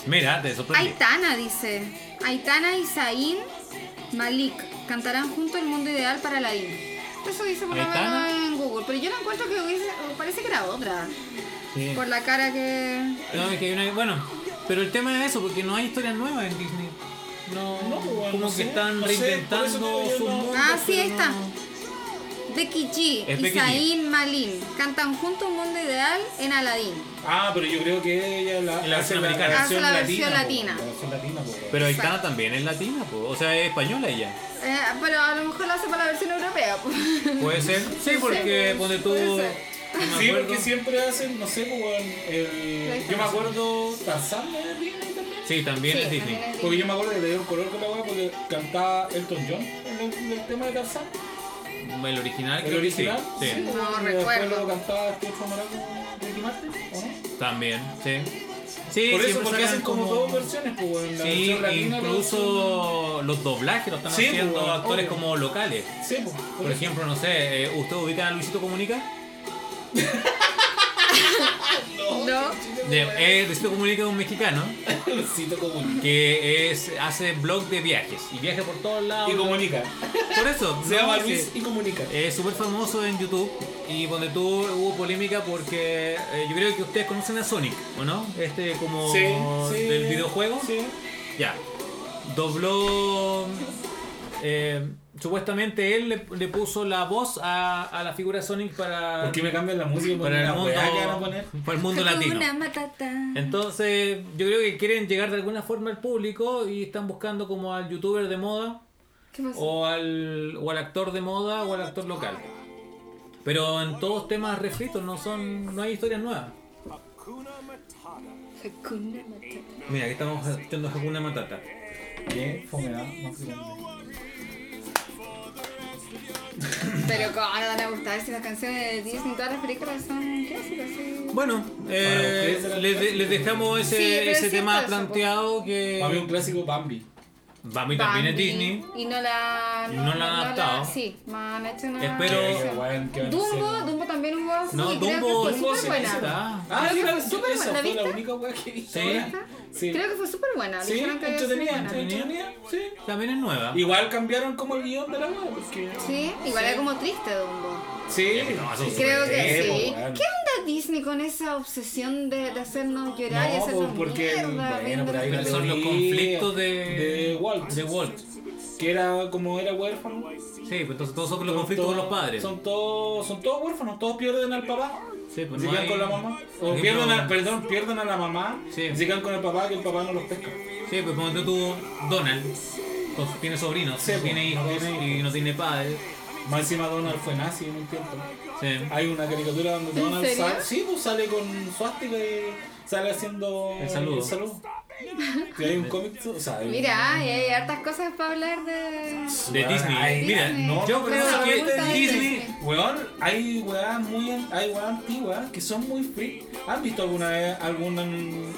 C: Mira, te sorprendí.
A: Aitana dice. Aitana y Zayn Malik cantarán junto el mundo ideal para Aladdin. Eso dice por lo
C: Aitana.
A: menos en Google, pero yo lo encuentro que hubiese- parece que era otra.
C: Sí.
A: Por la cara que.
C: No, es que hay una- bueno, pero el tema es eso, porque no hay historias nuevas en Disney. No,
B: No, pues, bueno,
C: como
B: no
C: que
B: sé,
C: están
B: no sé, por
C: reinventando
B: eso digo yo
C: sus
B: no.
C: mundos,
A: Ah, sí,
C: pero
A: ahí está.
C: no-
A: Becky G
C: Es
A: y
C: Becky G.
A: Zayn Malik cantan junto un mundo ideal en Aladdin.
B: ah, pero yo creo que ella la,
C: La
B: hace
C: versión americana.
A: Hace la versión latina.
B: po, la versión latina, po, weón.
C: Pero
A: Exacto.
C: Aitana también es latina, pues, o sea, es española ella.
A: Eh, pero a lo mejor lo hace para la versión europea. pues.
C: Puede ser. Sí, porque
A: Sí,
C: pone tú.
A: puede ser.
C: no me
B: Sí,
C: acuerdo.
B: porque siempre hacen, no sé, po, weón,
A: La
B: el...
A: diferencia.
B: Yo me acuerdo Tarzán de Disney también.
C: Sí, también
A: Sí,
C: es Disney.
A: también es
B: Porque yo me acuerdo que le dio color con la weá porque cantaba Elton John en el, en el tema de Tarzán.
C: El original,
B: El
C: Ah, creo que sí.
B: original.
C: Sí,
A: No
B: po, y Después
A: recuerdo.
B: lo cantaba Steve Morales con Ricky Martin, ¿o no?
C: también, sí. Sí,
B: Por eso,
C: siempre
B: porque
C: sacan
B: hacen como,
C: como-
B: dos versiones, pues, weón. La
C: Sí,
B: versión latina, la
C: incluso los doblajes lo están
B: Sí,
C: haciendo
B: pues,
C: actores
B: obvio.
C: como locales.
B: versión- Sí, pues, por
C: Por
B: eso.
C: ejemplo, no sé, eh, ¿ustedes ubican a Luisito Comunica?
A: No.
C: Ya, eh, Luisito Comunica es un mexicano
B: Lucito comunica.
C: que es, hace blog de viajes y viaja por todos lados.
B: Y comunica.
C: Por eso,
B: Se
C: no,
B: llama Eh,
C: sí.
B: Luis y comunica.
C: Es súper famoso en YouTube y donde tú hubo polémica porque eh, yo creo que ustedes conocen a Sonic, ¿o no? Este como del videojuego.
B: Sí.
C: Ya. Dobló. eh, supuestamente él le, le puso la voz a, a la figura Sonic para,
B: ¿Por qué me cambian la música? por
C: para el
B: una
C: mundo,
B: weá que van a poner?
C: para el mundo latino.
A: Hakuna Matata.
C: Entonces, yo creo que quieren llegar de alguna forma al público y están buscando como al youtuber de moda
A: ¿Qué pasó?
C: o al, o al actor de moda o al actor local. Pero en todos temas refritos, no son no hay historias nuevas.
A: Hakuna Matata.
C: Mira, aquí estamos haciendo Hakuna Matata.
B: ¿Qué? Fomea. No sé dónde.
A: Pero ¿cómo no van a gustar si las canciones de Disney, todas las películas son clásicas? sí.
C: Bueno, eh,
B: ustedes serán
C: les, de- les dejamos ese,
A: Sí, pero
C: ese
A: es
B: pues.
C: tema
A: cierto eso,
C: planteado que
B: Para mí un clásico Bambi.
C: Bambi también es
A: Bambi,
C: Disney.
A: Y no la.
C: Y no la han adaptado.
A: sí, me han hecho una.
C: Espero-
B: Que- que weón, que van a
A: Dumbo,
B: hacer-
A: Dumbo también hubo así.
C: No,
A: y creo
C: Dumbo,
A: que
C: Dumbo
A: fue
C: sí
A: súper buena.
C: está.
B: Ah, sí,
A: Súper buena. ¿La
B: esa fue la
A: viste?
B: única weá que vi.
C: Sí.
B: Sí.
A: Creo que fue súper buena.
B: Sí,
A: dijeron que había sido
B: entretenida,
A: buena.
B: entretenida, sí.
C: También es nueva.
B: Igual cambiaron como el guión de la weá, porque...
A: Sí, igual era como triste Dumbo.
B: Sí.
C: Eh, No, eso es
A: Creo
C: súper
A: que
B: Sí,
A: sí.
B: pues,
A: ¿Qué
B: bueno.
A: onda Disney con esa obsesión de, de hacernos llorar y
B: No,
A: hacernos
B: pues, porque,
A: mierda?
B: bueno,
A: viendo
B: por ahí
A: las-
C: Pero son los
B: teoría
C: conflictos de,
B: de Walt.
C: de Walt.
B: Que era como era huérfano.
C: Sí, pues entonces todos son los
B: Son
C: conflictos con los
B: todos-
C: padres.
B: Son todos, son todos huérfanos, todos pierden al papá.
C: Sí, pues
B: se
C: no
B: quedan
C: hay-
B: con la mamá.
C: no
B: O
C: hay
B: pierden
C: problema.
B: al, perdón, pierden a la mamá.
C: Sí.
B: y Se quedan con el papá que el papá no los pesca.
C: Sí, pues cuando tú, Donald, con- tiene sobrinos,
B: Sí,
C: no
B: pues,
C: tiene
B: no
C: hijos
B: tiene
C: y no tiene padre.
B: Más encima Donald fue nazi en un tiempo.
C: Sí.
B: Hay una caricatura donde Donald
A: serio?
B: sale, sí, pues, sale con suástica y sale haciendo
C: El saludo.
B: Y hay un cómic, o sea, hay un-
A: Mira, y hay hartas cosas para hablar de.
C: De
B: Bueno,
C: Disney.
B: ay,
C: Mira,
A: Disney.
B: no,
C: yo
B: no,
C: creo
B: no,
C: que
A: no, no,
C: Disney...
A: no,
B: Weón, hay weas muy an- hay weas antiguas que son muy free. ¿Han visto alguna vez alguna,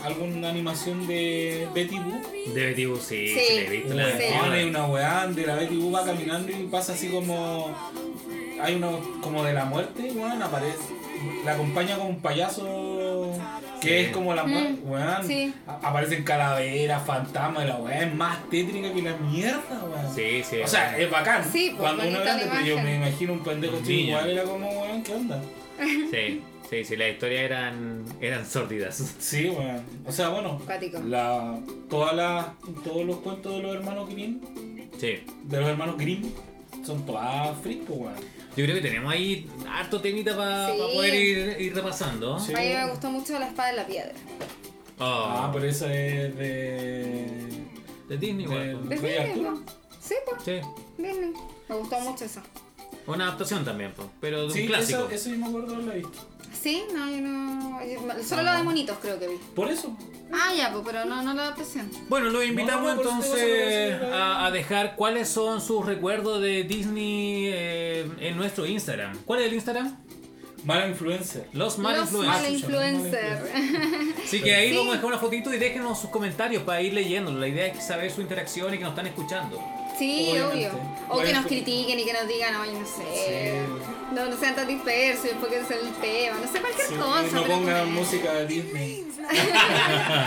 B: alguna animación de Betty Boop?
C: De Betty Boop, sí,
A: Sí,
C: sí, le he visto la
A: sí.
C: la-
B: Weón, hay una weá donde la Betty Boop va caminando y pasa así como. Hay una como de la muerte, weón, aparece. La acompaña con un payaso que
C: Sí.
B: es como la muerte,
A: Mm,
B: weón.
A: sí.
B: a- Aparecen calaveras, fantasmas, y la weá es más tétrica que la mierda, weón.
C: Sí, sí.
B: O sea, es bacán.
A: Sí, pues,
B: cuando uno es
A: bonita
B: grande,
A: la
B: pero yo me
A: imagen.
B: imagino un pendejo
C: Un
B: chico
C: niño.
B: igual era como, weón, ¿qué onda?
C: Sí, sí, sí, las historias eran, eran sórdidas.
B: Sí, weón. O sea, bueno,
A: Cuático.
B: la, todas las, todos los cuentos de los hermanos Grimm,
C: Sí.
B: de los hermanos Grimm, son todas fricos, weón.
C: Yo creo que tenemos ahí harto temita para
A: Sí.
C: poder ir, ir repasando.
B: Sí.
A: A mí me gustó mucho La Espada en la Piedra.
C: Oh,
B: Ah, pero esa es de.
C: de Disney,
B: de-
C: igual.
A: ¿De
B: Rey
A: Disney?
B: Arturo.
A: po. Sí, pues,
C: Sí.
A: Disney. Me gustó mucho eso.
C: Una adaptación también, po, pero de un
B: Sí,
C: clásico.
B: esa, eso yo me acuerdo de haberla visto.
A: Sí, no, yo no. Solo la de monitos creo que vi.
B: Por eso.
A: Ah, ya, pues, pero no, no la adaptación.
C: Bueno, los invitamos
B: No, por eso te
C: entonces
B: digo,
C: a, a dejar cuáles son sus recuerdos de Disney eh, en nuestro Instagram. ¿Cuál es el Instagram?
B: Mala influencer.
C: Los Mal
A: Los mal
C: Influencers.
A: influencer.
C: Así que ahí
A: Sí.
C: vamos a dejar una fotito y déjenos sus comentarios para ir leyéndolo. La idea es saber su interacción y que nos están escuchando.
A: Sí, obvio.
B: Obviamente.
A: O que nos
B: Obviamente.
A: critiquen y que nos digan, oye, no sé. No, no sean tan dispersos, porque es el tema. No sé, cualquier
B: Sí,
A: cosa.
B: no
A: pero
B: pongan
A: como-
B: música de Disney.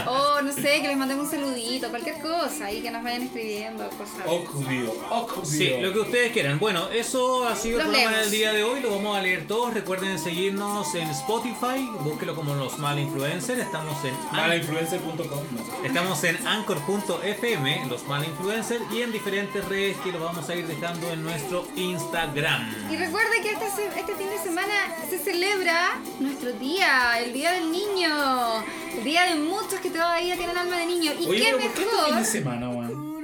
A: O no sé, que les mandemos un saludito, cualquier cosa. Y que nos vayan escribiendo cosas.
B: Ocubio. Ocubio.
C: Sí, lo que ustedes quieran. Bueno, eso ha sido el
A: Los
C: programa
A: leemos.
C: del día de hoy. Lo vamos a leer todos. Recuerden seguirnos en Spotify. Búsquelo como los mal influencers. Estamos en An-
B: Malainfluencer.com. no.
C: Estamos en anchor.fm, los mal influencers, y en diferentes redes que lo vamos a ir dejando en nuestro Instagram.
A: Y recuerda que este, se- este fin de semana se celebra nuestro día, el Día del Niño. El día de muchos que todavía tienen alma de niño. Y
B: Oye,
A: qué
B: pero ¿por qué este fin de
A: mejor.
B: semana, weón?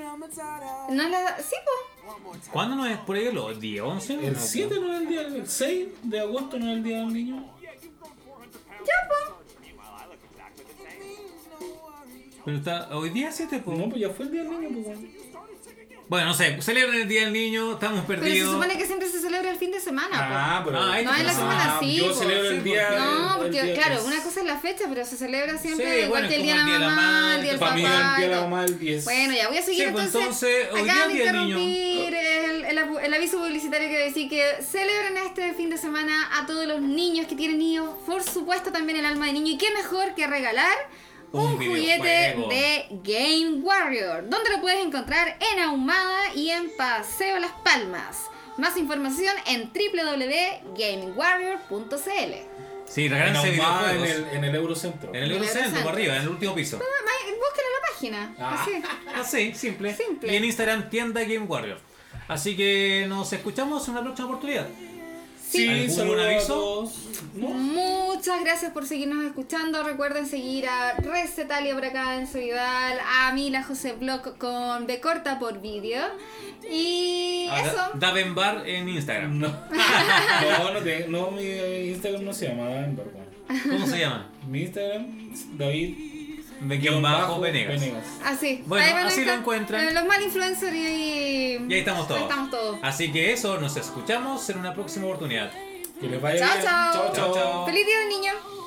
A: No la, sí, po.
C: ¿Cuándo no es por ahí? ¿Lo- ¿10, 11?
B: El 7 no es el día, el 6 de agosto no es el día del niño.
A: Ya, po.
C: Pero está, hoy día 7, pues.
B: No, pues ya fue el día del niño, pues, weón.
C: Bueno, no sé, celebren el Día del Niño, estamos
A: Pero se
C: perdidos.
A: supone que siempre se celebra el fin de semana. po.
B: Ah, pero.
C: Ah, ahí
A: No, en la
C: Ah,
A: semana sí.
B: Yo
A: po.
B: celebro
C: Sí,
B: el
C: po.
B: día.
A: No,
B: el- el
A: porque
B: día
A: claro,
B: que es-
A: una cosa es la fecha, pero se celebra siempre
C: Sí,
A: igual
C: bueno,
A: que el
C: como
A: día de la mamá, el día del
B: Para
A: papá.
B: mí, el día
A: y
B: de la
A: todo.
B: mamá, el 10.
A: Bueno, ya voy a seguir
C: Sí, pues,
A: entonces.
C: entonces, hoy día
A: acá de
C: día del niño.
A: interrumpir el, el apu- el aviso publicitario que decía que celebren este fin de semana a todos los niños que tienen hijos, por supuesto también el alma de niño. Y qué mejor que regalar un,
C: Un
A: juguete
C: videojuego.
A: de Game Warrior, donde lo puedes encontrar en Ahumada y en Paseo Las Palmas. Más información en www.gamewarrior.cl.
C: Sí,
B: En
C: regálense
B: Ahumada, en
C: videojuegos.
B: el, en el Eurocentro.
C: En el Eurocentro, por arriba, en el último piso.
A: Ma- Búsquenlo en la página.
B: Ah.
A: Así.
C: Así, simple.
A: Simple.
C: Y en Instagram, tienda Game Warrior. Así que nos escuchamos en una próxima oportunidad.
B: Sí,
C: ¿Algún
B: saludos
C: aviso?
B: a todos. No.
A: Muchas gracias por seguirnos escuchando. Recuerden seguir a Recetalia por acá en Vidal, a Mila José Block con B corta por vídeo. Y
C: A Ah, Da-
A: eso.
C: Daven Bar en Instagram.
B: No, no, no, te- no, mi Instagram no se llama David
C: ¿Cómo se llama?
B: Mi Instagram es David
C: De guión bajo Venegas.
A: Así.
C: Bueno,
A: van a
C: así lo
A: estar,
C: encuentran.
A: eh, Los mal influencers y ahí.
C: Y ahí estamos todos.
A: Ahí estamos todos.
C: Así que eso, nos escuchamos en una próxima oportunidad.
B: Que les vaya
A: Chao,
B: bien.
A: chao.
B: chao. chao.
C: Chao, chao.
A: ¡Feliz día del niño!